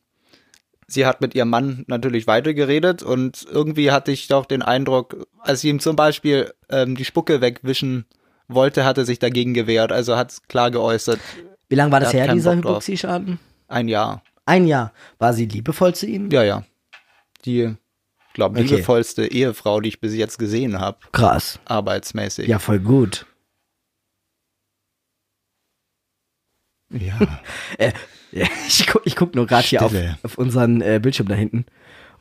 S1: sie hat mit ihrem Mann natürlich weitergeredet und irgendwie hatte ich doch den Eindruck, als sie ihm zum Beispiel ähm, die Spucke wegwischen wollte, hat er sich dagegen gewehrt, also hat klar geäußert,
S2: Wie lange war das
S1: Da hat
S2: her,
S1: keinen
S2: dieser
S1: Bock drauf.
S2: Hypoxieschaden?
S1: ein Jahr.
S2: Ein Jahr. War sie liebevoll zu ihm?
S1: Ja, ja. Die, glaube
S2: Okay.
S1: liebevollste Ehefrau, die ich bis jetzt gesehen habe,
S2: Krass.
S1: arbeitsmäßig.
S2: Ja, voll gut.
S1: Ja.
S2: Äh, ich, guck, ich guck nur gerade hier auf,
S1: Stille.
S2: auf unseren äh, Bildschirm da hinten.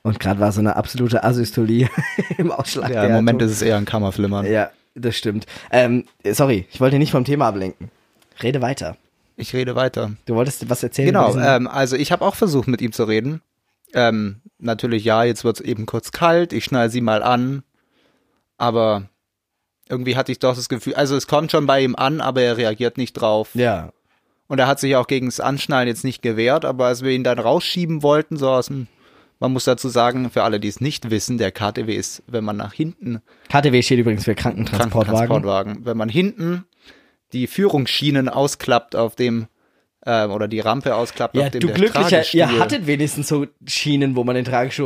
S2: Und gerade war so eine absolute Asystolie im Ausschlag.
S1: ja,
S2: der
S1: Im Moment
S2: Atom-
S1: ist es eher ein Kammerflimmern.
S2: Ja, das stimmt. Ähm, sorry, ich wollte nicht vom Thema ablenken. Rede weiter.
S1: Ich rede weiter.
S2: Du wolltest was erzählen?
S1: Genau,
S2: über diesen-
S1: ähm, also ich habe auch versucht, mit ihm zu reden. Ähm, natürlich, ja, jetzt wird's eben kurz kalt, ich schnall sie mal an. Aber irgendwie hatte ich doch das Gefühl, also es kommt schon bei ihm an, aber er reagiert nicht drauf.
S2: ja.
S1: Und er hat sich auch gegen das Anschnallen jetzt nicht gewehrt, aber als wir ihn dann rausschieben wollten, so aus dem, man muss dazu sagen, für alle, die es nicht wissen, der KTW ist, wenn man nach hinten,
S2: KTW steht übrigens für Krankentransportwagen.
S1: Krankentransportwagen, wenn man hinten die Führungsschienen ausklappt, auf dem, ähm, oder die Rampe ausklappt,
S2: Ja,
S1: auf dem
S2: du
S1: der
S2: glücklicher,
S1: Tragestuhl,
S2: ihr hattet wenigstens so Schienen, wo man den Trageschuh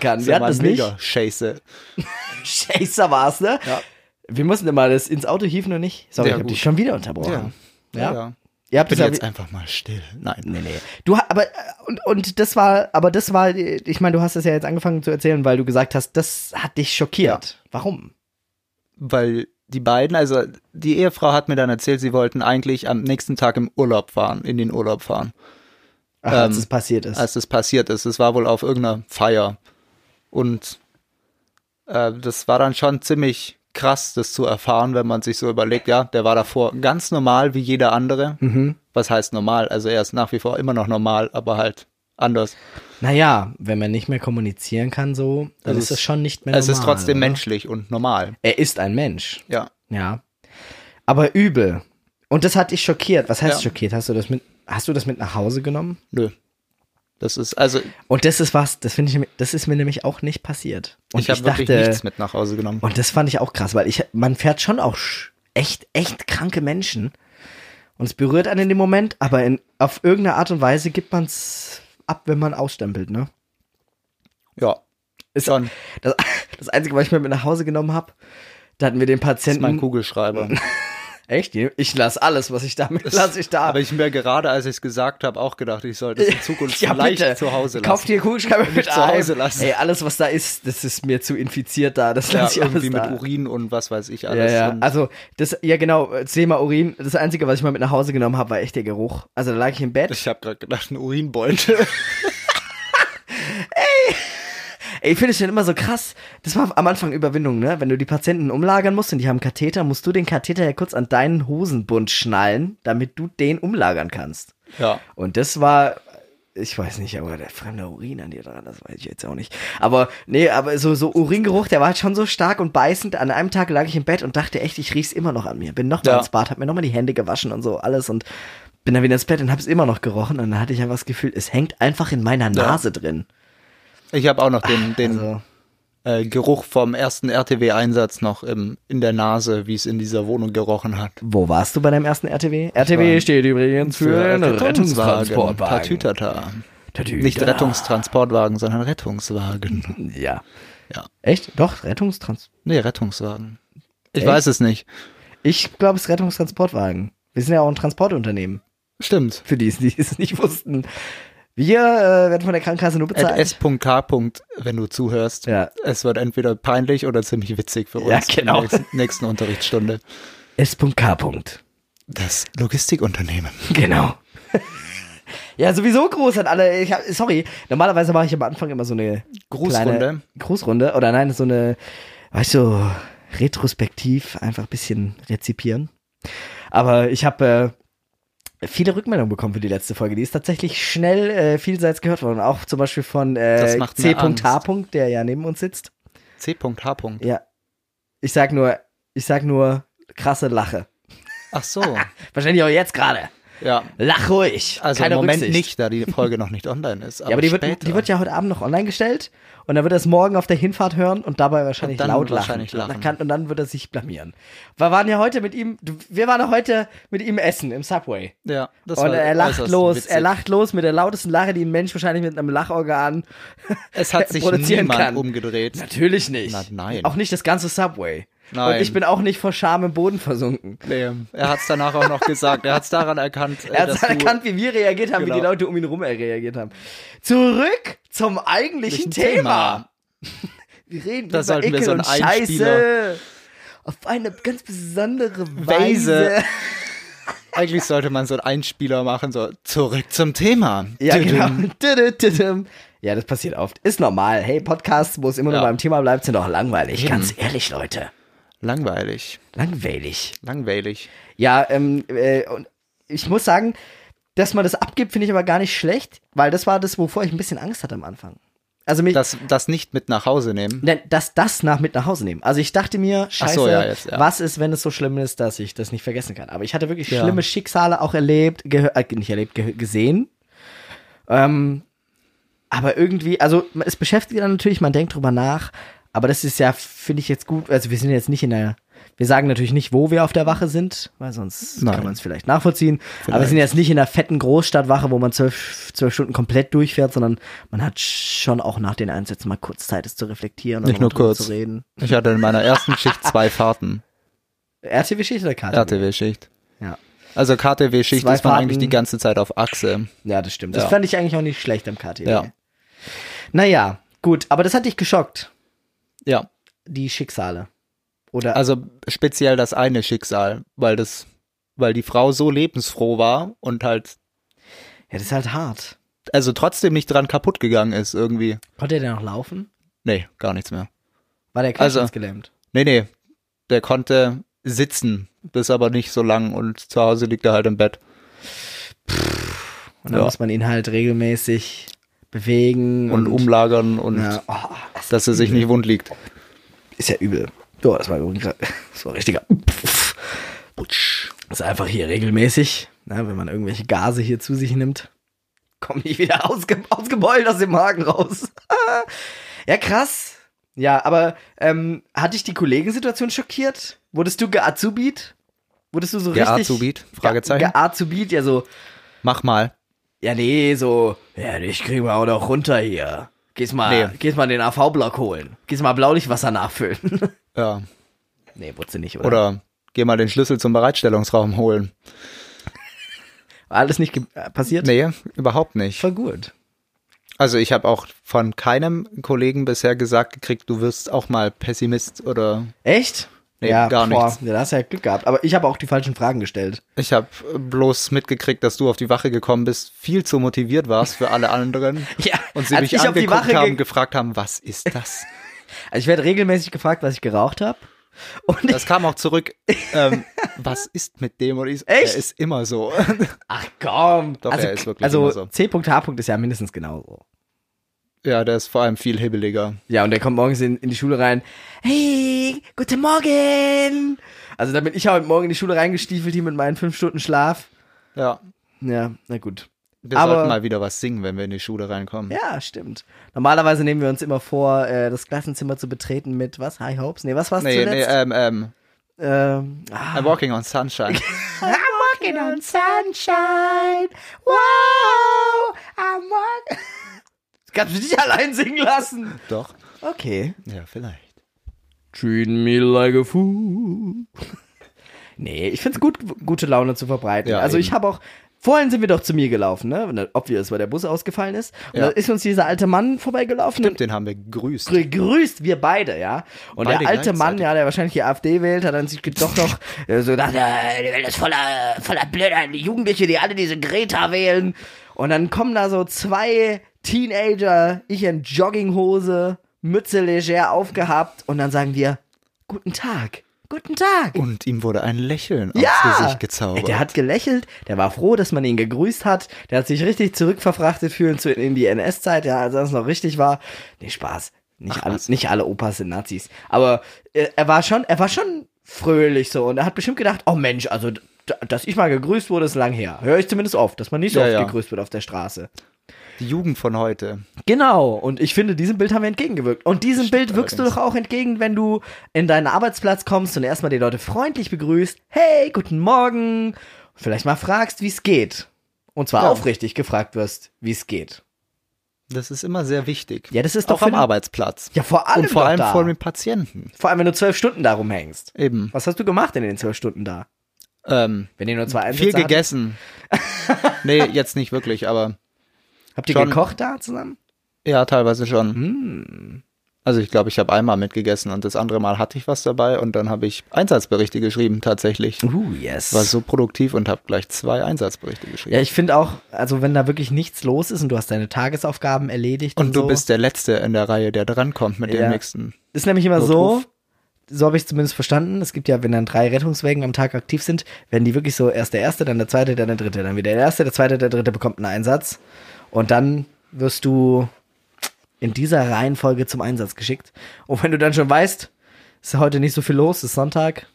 S2: kann. Wir
S1: der
S2: hatten
S1: war
S2: das nicht.
S1: mega scheiße.
S2: Scheiße war's, ne?
S1: Ja.
S2: Wir mussten immer das ins Auto hieven und nicht. Sorry,
S1: Ja,
S2: ich hab
S1: gut.
S2: dich schon wieder
S1: Ja.
S2: unterbrochen.
S1: Ja.
S2: Ja.
S1: ja.
S2: Ihr habt
S1: Bin
S2: es ja
S1: jetzt
S2: wie-
S1: einfach mal still. Nein.
S2: Nee, nee. Du, ha- aber, äh, und, und das war, aber das war, äh, ich meine, du hast das ja jetzt angefangen zu erzählen, weil du gesagt hast, das hat dich schockiert. Warum?
S1: Weil die beiden, also die Ehefrau hat mir dann erzählt, sie wollten eigentlich am nächsten Tag im Urlaub fahren, in den Urlaub fahren.
S2: Ach,
S1: Ähm,
S2: als es passiert ist.
S1: als das passiert ist. Es war wohl auf irgendeiner Feier. Und äh, das war dann schon ziemlich krass, das zu erfahren, wenn man sich so überlegt, ja, der war davor ganz normal wie jeder andere.
S2: Mhm.
S1: Was heißt normal? Also er ist nach wie vor immer noch normal, aber halt anders.
S2: Naja, wenn man nicht mehr kommunizieren kann, so, dann
S1: Also
S2: ist
S1: es-
S2: es schon nicht mehr
S1: es ist
S2: normal,
S1: trotzdem
S2: oder?
S1: menschlich und normal.
S2: Er ist ein Mensch.
S1: Ja.
S2: Ja. Aber übel. Und das hat dich schockiert. Was heißt
S1: Ja.
S2: schockiert? Hast du das mit, hast du das mit nach Hause genommen?
S1: Nö. Das ist, also
S2: Und das ist was, das finde ich, das ist mir nämlich auch nicht passiert. Und
S1: ich habe wirklich nichts mit nach Hause genommen.
S2: Und das fand ich auch krass, weil ich, man fährt schon auch sch- echt, echt kranke Menschen. Und es berührt einen in dem Moment, aber in, auf irgendeine Art und Weise gibt man es ab, wenn man ausstempelt, ne?
S1: Ja.
S2: Ist-
S1: schon.
S2: Das, das Einzige, was ich mir mit nach Hause genommen habe, da hatten wir den
S1: Das ist mein
S2: Patienten.
S1: Kugelschreiber.
S2: echt? Ich lasse alles, was ich damit lasse ich da.
S1: Aber ich hab mir gerade, als ich es gesagt habe, auch gedacht, ich sollte es in Zukunft vielleicht
S2: bitte.
S1: zu Hause lassen.
S2: Kauf dir Kugelschreiber mit
S1: zu Hause
S2: einem.
S1: lassen.
S2: Ey, alles, was da ist, das ist mir zu infiziert da. Das
S1: ja,
S2: lasse ich
S1: irgendwie
S2: alles
S1: mit
S2: da.
S1: Urin und was weiß ich
S2: Ja,
S1: alles.
S2: ja.
S1: Und
S2: Also, das, ja genau, das Thema Urin, das Einzige, was ich mal mit nach Hause genommen habe, war echt der Geruch. Also da lag ich im Bett.
S1: ich habe gerade gedacht, ein Urinbeutel.
S2: Ey, ich finde es schon immer so krass. Das war am Anfang Überwindung, ne? Wenn du die Patienten umlagern musst und die haben Katheter, musst du den Katheter ja kurz an deinen Hosenbund schnallen, damit du den umlagern kannst.
S1: ja.
S2: Und das war, ich weiß nicht, aber der fremde Urin an dir dran, das weiß ich jetzt auch nicht. Aber nee, aber so, so Uringeruch, der war halt schon so stark und beißend. An einem Tag lag ich im Bett und dachte echt, ich riech's immer noch an mir. Bin nochmal
S1: Ja.
S2: ins Bad, hab mir nochmal die Hände gewaschen und so alles und bin dann wieder ins Bett und hab's immer noch gerochen. Und dann hatte ich einfach das Gefühl, es hängt einfach in meiner Nase drin.
S1: Ich habe auch noch den, den
S2: Also,
S1: äh, Geruch vom ersten RTW-Einsatz noch im, in der Nase, wie es in dieser Wohnung gerochen hat.
S2: wo warst du bei deinem ersten RTW? RTW
S1: war-
S2: steht übrigens für den Rettungstransportwagen.
S1: Tatütata.
S2: Tatütata.
S1: Nicht Rettungstransportwagen, sondern Rettungswagen.
S2: Ja.
S1: Ja.
S2: Echt? Doch, Rettungstrans.
S1: Nee, Rettungswagen. Ich
S2: Echt?
S1: weiß es nicht.
S2: Ich glaube, es ist Rettungstransportwagen. Wir sind ja auch ein Transportunternehmen.
S1: Stimmt.
S2: Für die, die es nicht wussten. Wir äh, werden von der Krankenkasse nur
S1: At
S2: bezahlt.
S1: S.K. wenn du zuhörst.
S2: Ja.
S1: Es wird entweder peinlich oder ziemlich witzig für uns
S2: Ja, genau.
S1: in der nächsten, nächsten Unterrichtsstunde.
S2: S.K.
S1: Das Logistikunternehmen.
S2: Genau. ja, sowieso groß an alle. Ich hab, sorry, normalerweise mache ich am Anfang immer so eine
S1: Grußrunde.
S2: Kleine Grußrunde. Oder nein, so eine, weißt du, retrospektiv einfach ein bisschen rezipieren. Aber ich habe äh, viele Rückmeldungen bekommen für die letzte Folge. Die ist tatsächlich schnell äh, vielseits gehört worden. Auch zum Beispiel von
S1: Das
S2: äh,
S1: macht mir
S2: C.H. der ja neben uns sitzt.
S1: C.H.
S2: Ja. Ich sag nur, ich sag nur krasse Lache.
S1: Ach so.
S2: Wahrscheinlich auch jetzt gerade.
S1: Ja.
S2: Lach ruhig.
S1: Also
S2: Keine
S1: im Moment
S2: Rücksicht.
S1: nicht, da die Folge noch nicht online ist. Aber,
S2: Ja, aber die
S1: später.
S2: wird, die wird ja heute Abend noch online gestellt und dann wird er es morgen auf der Hinfahrt hören und dabei wahrscheinlich
S1: Und dann
S2: laut
S1: wahrscheinlich
S2: lachen.
S1: lachen.
S2: Und dann- Und dann wird er sich blamieren. Wir waren ja heute mit ihm, du- wir waren ja heute mit ihm essen im Subway.
S1: ja, das
S2: und
S1: war
S2: Oh, er lacht
S1: äußerst
S2: los,
S1: witzig.
S2: er lacht los mit der lautesten Lache, die ein Mensch wahrscheinlich mit einem Lachorgan
S1: Es hat sich
S2: produzieren
S1: niemand
S2: kann.
S1: umgedreht.
S2: Natürlich nicht.
S1: Na, nein.
S2: Auch nicht das ganze Subway.
S1: Nein.
S2: Und ich bin auch nicht vor Scham im Boden versunken.
S1: Nee, er hat es danach auch noch gesagt. Er hat es daran erkannt, äh,
S2: Er hat
S1: dass
S2: erkannt, wie wir reagiert haben, wie die
S1: Genau.
S2: Leute um ihn rum reagiert haben. Zurück zum
S1: du
S2: eigentlichen
S1: ein
S2: Thema. Wir reden
S1: Da
S2: über
S1: sollten wir
S2: Icke
S1: so einen
S2: und Scheiße.
S1: Einspieler-
S2: Auf eine ganz besondere
S1: Weise.
S2: Weise.
S1: Eigentlich sollte man so einen Einspieler machen, so zurück zum Thema.
S2: Ja,
S1: Düdüm.
S2: genau. Düdüm, düdüm. Ja, das passiert oft. Ist normal. Hey, Podcasts, wo es immer nur
S1: Ja.
S2: beim Thema bleibt, sind doch langweilig. Ganz ehrlich, Leute.
S1: Langweilig.
S2: Langweilig.
S1: Langweilig.
S2: Ja, ähm, äh, und ich muss sagen, dass man das abgibt, finde ich aber gar nicht schlecht, weil das war das, wovor ich ein bisschen Angst hatte am Anfang. Also mich,
S1: Das, das nicht mit nach Hause nehmen.
S2: ne, dass das nach mit nach Hause nehmen. Also ich dachte mir, scheiße,
S1: Mhm. so, ja, jetzt, ja.
S2: was ist, wenn es so schlimm ist, dass ich das nicht vergessen kann. Aber ich hatte wirklich
S1: Ja.
S2: schlimme Schicksale auch erlebt, gehö- äh, nicht erlebt, ge gesehen. Ähm, aber irgendwie, also es beschäftigt dann natürlich, man denkt drüber nach, aber das ist ja, finde ich jetzt gut, also wir sind jetzt nicht in der, wir sagen natürlich nicht, wo wir auf der Wache sind, weil sonst
S1: Nein.
S2: kann man es vielleicht nachvollziehen, aber wir
S1: Vielleicht.
S2: sind jetzt nicht in der fetten Großstadtwache, wo man zwölf, zwölf Stunden komplett durchfährt, sondern man hat schon auch nach den Einsätzen mal kurz Zeit, es zu reflektieren
S1: Nicht
S2: und
S1: nur
S2: drüber
S1: kurz.
S2: zu reden.
S1: Ich hatte in meiner ersten Schicht zwei Fahrten.
S2: RTW-Schicht oder KTW?
S1: RTW-Schicht.
S2: Also Ja.
S1: Also KTW-Schicht ist
S2: Zwei
S1: man
S2: Fahrten.
S1: eigentlich die ganze Zeit auf Achse.
S2: ja, das stimmt. Das
S1: Ja.
S2: fand ich eigentlich auch nicht schlecht am KTW.
S1: Ja.
S2: Naja, gut, aber das hat dich geschockt,
S1: Ja.
S2: die Schicksale. Oder
S1: Also speziell das eine Schicksal, weil das, weil die Frau so lebensfroh war und halt,
S2: Ja, das ist halt hart.
S1: also trotzdem nicht dran kaputt gegangen ist irgendwie.
S2: Konnte er denn noch laufen?
S1: Nee, gar nichts mehr.
S2: War der
S1: Also-
S2: querschnittsgelähmt?
S1: Nee, nee. Der konnte sitzen, das aber nicht so lang und zu Hause liegt er halt im Bett.
S2: Und dann
S1: Ja.
S2: muss man ihn halt regelmäßig bewegen
S1: und,
S2: und,
S1: umlagern und
S2: Ja, oh, das
S1: dass er sich nicht wund liegt.
S2: ist ja übel. Ja, das war übrigens, das war richtiger. Putsch. Das ist einfach hier regelmäßig, ne, wenn man irgendwelche Gase hier zu sich nimmt, kommen die wieder ausge ausgebeult aus dem Magen raus. ja, krass. Ja, aber ähm, hat dich die Kollegensituation schockiert? Wurdest du geazubit? Wurdest du so richtig?
S1: Geazubit? Fragezeichen?
S2: Ge geazubit, ja so.
S1: Mach mal.
S2: Ja, nee, so, ja, dich kriegen wir auch noch runter hier. Geh's mal,
S1: Nee.
S2: geh's mal den AV-Block holen. Geh's mal Blaulichtwasser nachfüllen.
S1: Ja.
S2: nee, wurdest du nicht, oder?
S1: Oder geh mal den Schlüssel zum Bereitstellungsraum holen.
S2: War Alles nicht ge- äh, passiert?
S1: Nee, überhaupt nicht.
S2: Voll gut.
S1: Also ich habe auch von keinem Kollegen bisher gesagt gekriegt, du wirst auch mal Pessimist oder
S2: Echt?
S1: Nee, gar nichts.
S2: Ja, da hast du ja Glück gehabt. Aber ich habe auch die falschen Fragen gestellt.
S1: ich habe bloß mitgekriegt, dass du auf die Wache gekommen bist, viel zu motiviert warst für alle anderen.
S2: Ja,
S1: Und sie
S2: als
S1: mich
S2: ich auf die
S1: angeguckt
S2: Wache
S1: haben,
S2: ge-
S1: gefragt haben, was ist das?
S2: Also ich werde regelmäßig gefragt, was ich geraucht habe. Und
S1: Das kam auch zurück. Ähm, was ist mit dem? Und ich, so,
S2: Echt?
S1: Er ist immer so.
S2: ach komm.
S1: Doch,
S2: also
S1: er ist wirklich
S2: also
S1: immer so.
S2: C.H. ist ja mindestens genau genauso.
S1: Ja, der ist vor allem viel hibbeliger.
S2: Ja, und der kommt morgens in, in die Schule rein. Hey, guten Morgen. Also da bin ich heute Morgen in die Schule reingestiefelt hier mit meinen fünf Stunden Schlaf.
S1: Ja.
S2: Ja, na gut.
S1: Wir
S2: Aber-
S1: sollten mal wieder was singen, wenn wir in die Schule reinkommen.
S2: Ja, stimmt. Normalerweise nehmen wir uns immer vor, äh, das Klassenzimmer zu betreten mit was? High Hopes? Nee, was war's
S1: nee, nee,
S2: zuletzt?
S1: ähm, ähm,
S2: ähm, ah,
S1: I'm walking on sunshine.
S2: I'm walking on sunshine. Wow, I'm walking. Kannst du dich allein singen lassen?
S1: Doch.
S2: Okay.
S1: Ja, vielleicht.
S2: Treat me like a fool. Nee, ich find's gut, gute Laune zu verbreiten.
S1: Ja,
S2: also ich
S1: eben.
S2: habe auch. Vorhin sind wir doch zu mir gelaufen, ne? Obvious, weil der Bus ausgefallen ist. Und
S1: Ja.
S2: da ist uns dieser alte Mann vorbeigelaufen. und
S1: Den haben wir gegrüßt.
S2: gegrüßt, wir beide, ja. Und
S1: Beide
S2: der alte
S1: gleichzeitig.
S2: Mann, ja, der wahrscheinlich die AfD wählt, hat dann sich doch noch äh, so gedacht, äh, die Welt ist voller, voller blöder Jugendliche, die alle diese Greta wählen. Und dann kommen da so zwei Teenager, ich in Jogginghose, Mütze leger aufgehabt und dann sagen wir, guten Tag, guten Tag.
S1: Und ihm wurde ein Lächeln aufs Gesicht
S2: Ey,
S1: gezaubert.
S2: der hat gelächelt, der war froh, dass man ihn gegrüßt hat, der hat sich richtig zurückverfrachtet fühlen zu in die NS-Zeit, ja, als das noch richtig war. Nee, Spaß. Nicht, alle, nicht alle Opas sind Nazis. Aber äh, er war schon, er war schon fröhlich so und er hat bestimmt gedacht, oh Mensch, also da- dass ich mal gegrüßt wurde, ist lang her. Höre ich zumindest oft, dass man nicht so
S1: Ja,
S2: oft
S1: ja.
S2: gegrüßt wird auf der Straße.
S1: Die Jugend von heute.
S2: Genau, und ich finde, diesem Bild haben wir entgegengewirkt. Und diesem
S1: Stimmt
S2: Bild wirkst du
S1: allerdings.
S2: doch auch entgegen, wenn du in deinen Arbeitsplatz kommst und erstmal die Leute freundlich begrüßt. Hey, guten Morgen. Vielleicht mal fragst, wie es geht. Und zwar
S1: Ja.
S2: aufrichtig gefragt wirst, wie es geht.
S1: Das ist immer sehr wichtig.
S2: Ja, das ist
S1: auch
S2: doch
S1: am
S2: für-
S1: Arbeitsplatz.
S2: Ja, vor allem
S1: Und vor
S2: doch
S1: allem
S2: da.
S1: vor den Patienten.
S2: Vor allem, wenn du zwölf Stunden da rumhängst.
S1: Eben.
S2: Was hast du gemacht in den zwölf Stunden da?
S1: Ähm,
S2: Wenn ihr nur zwei Einsätze
S1: viel
S2: hattet?
S1: gegessen. nee, jetzt nicht wirklich, aber
S2: Habt ihr
S1: Schon.
S2: gekocht da zusammen?
S1: ja, teilweise schon.
S2: Hm.
S1: Also ich glaube, ich habe einmal mitgegessen und das andere Mal hatte ich was dabei und dann habe ich Einsatzberichte geschrieben tatsächlich.
S2: Uh, yes.
S1: War so produktiv und habe gleich zwei Einsatzberichte geschrieben.
S2: Ja, ich finde auch, also wenn da wirklich nichts los ist und du hast deine Tagesaufgaben erledigt und,
S1: und du
S2: so,
S1: bist der Letzte in der Reihe, der drankommt mit
S2: Ja.
S1: dem nächsten.
S2: ist nämlich immer so,
S1: Notruf.
S2: so habe ich zumindest verstanden, es gibt ja, wenn dann drei Rettungswägen am Tag aktiv sind, werden die wirklich so erst der Erste, dann der Zweite, dann der Dritte, dann wieder der Erste, der Zweite, der Dritte bekommt einen Einsatz und dann wirst du in dieser Reihenfolge zum Einsatz geschickt. Und wenn du dann schon weißt, ist ja heute nicht so viel los, ist Sonntag.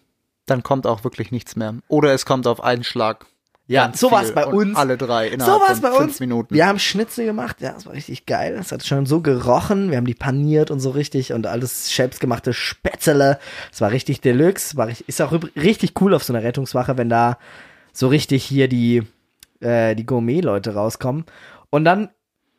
S1: Dann kommt auch wirklich nichts mehr. Oder es kommt auf einen Schlag.
S2: Ja,
S1: ganz
S2: so war's
S1: viel
S2: bei
S1: und
S2: uns.
S1: Alle drei innerhalb
S2: So war es
S1: von
S2: bei
S1: fünf
S2: uns.
S1: Minuten.
S2: Wir haben Schnitzel gemacht, ja, das war richtig geil. Das hat schon so gerochen. Wir haben die paniert und so richtig und alles selbstgemachte Spätzle. Das war richtig Deluxe. War richtig, ist auch übr- richtig cool auf so einer Rettungswache, wenn da so richtig hier die, äh, die Gourmet-Leute rauskommen. Und dann,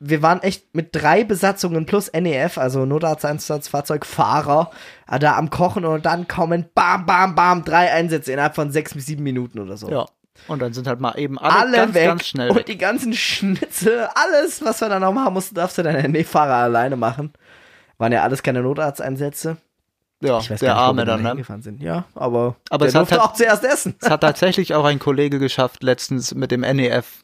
S2: wir waren echt mit drei Besatzungen plus NEF, also Notarzt-Einsatzfahrzeugfahrer, äh, da am Kochen und dann kommen bam, bam, bam, drei Einsätze innerhalb von sechs bis sieben Minuten oder so
S1: Ja. Und dann sind halt mal eben alle,
S2: alle
S1: ganz,
S2: weg
S1: ganz schnell
S2: und
S1: weg.
S2: die ganzen Schnitzel, alles, was wir dann noch machen mussten, darfst du dein NE-Fahrer alleine machen. Waren ja alles keine Notarzteinsätze.
S1: Ja,
S2: Ich weiß
S1: der
S2: gar nicht, wo
S1: Arme
S2: wir
S1: dann, ne?
S2: hingefahren sind. Ja, aber,
S1: Aber
S2: der
S1: es hat
S2: durfte
S1: halt-
S2: auch zuerst essen.
S1: Es hat tatsächlich auch ein Kollege geschafft, letztens mit dem NEF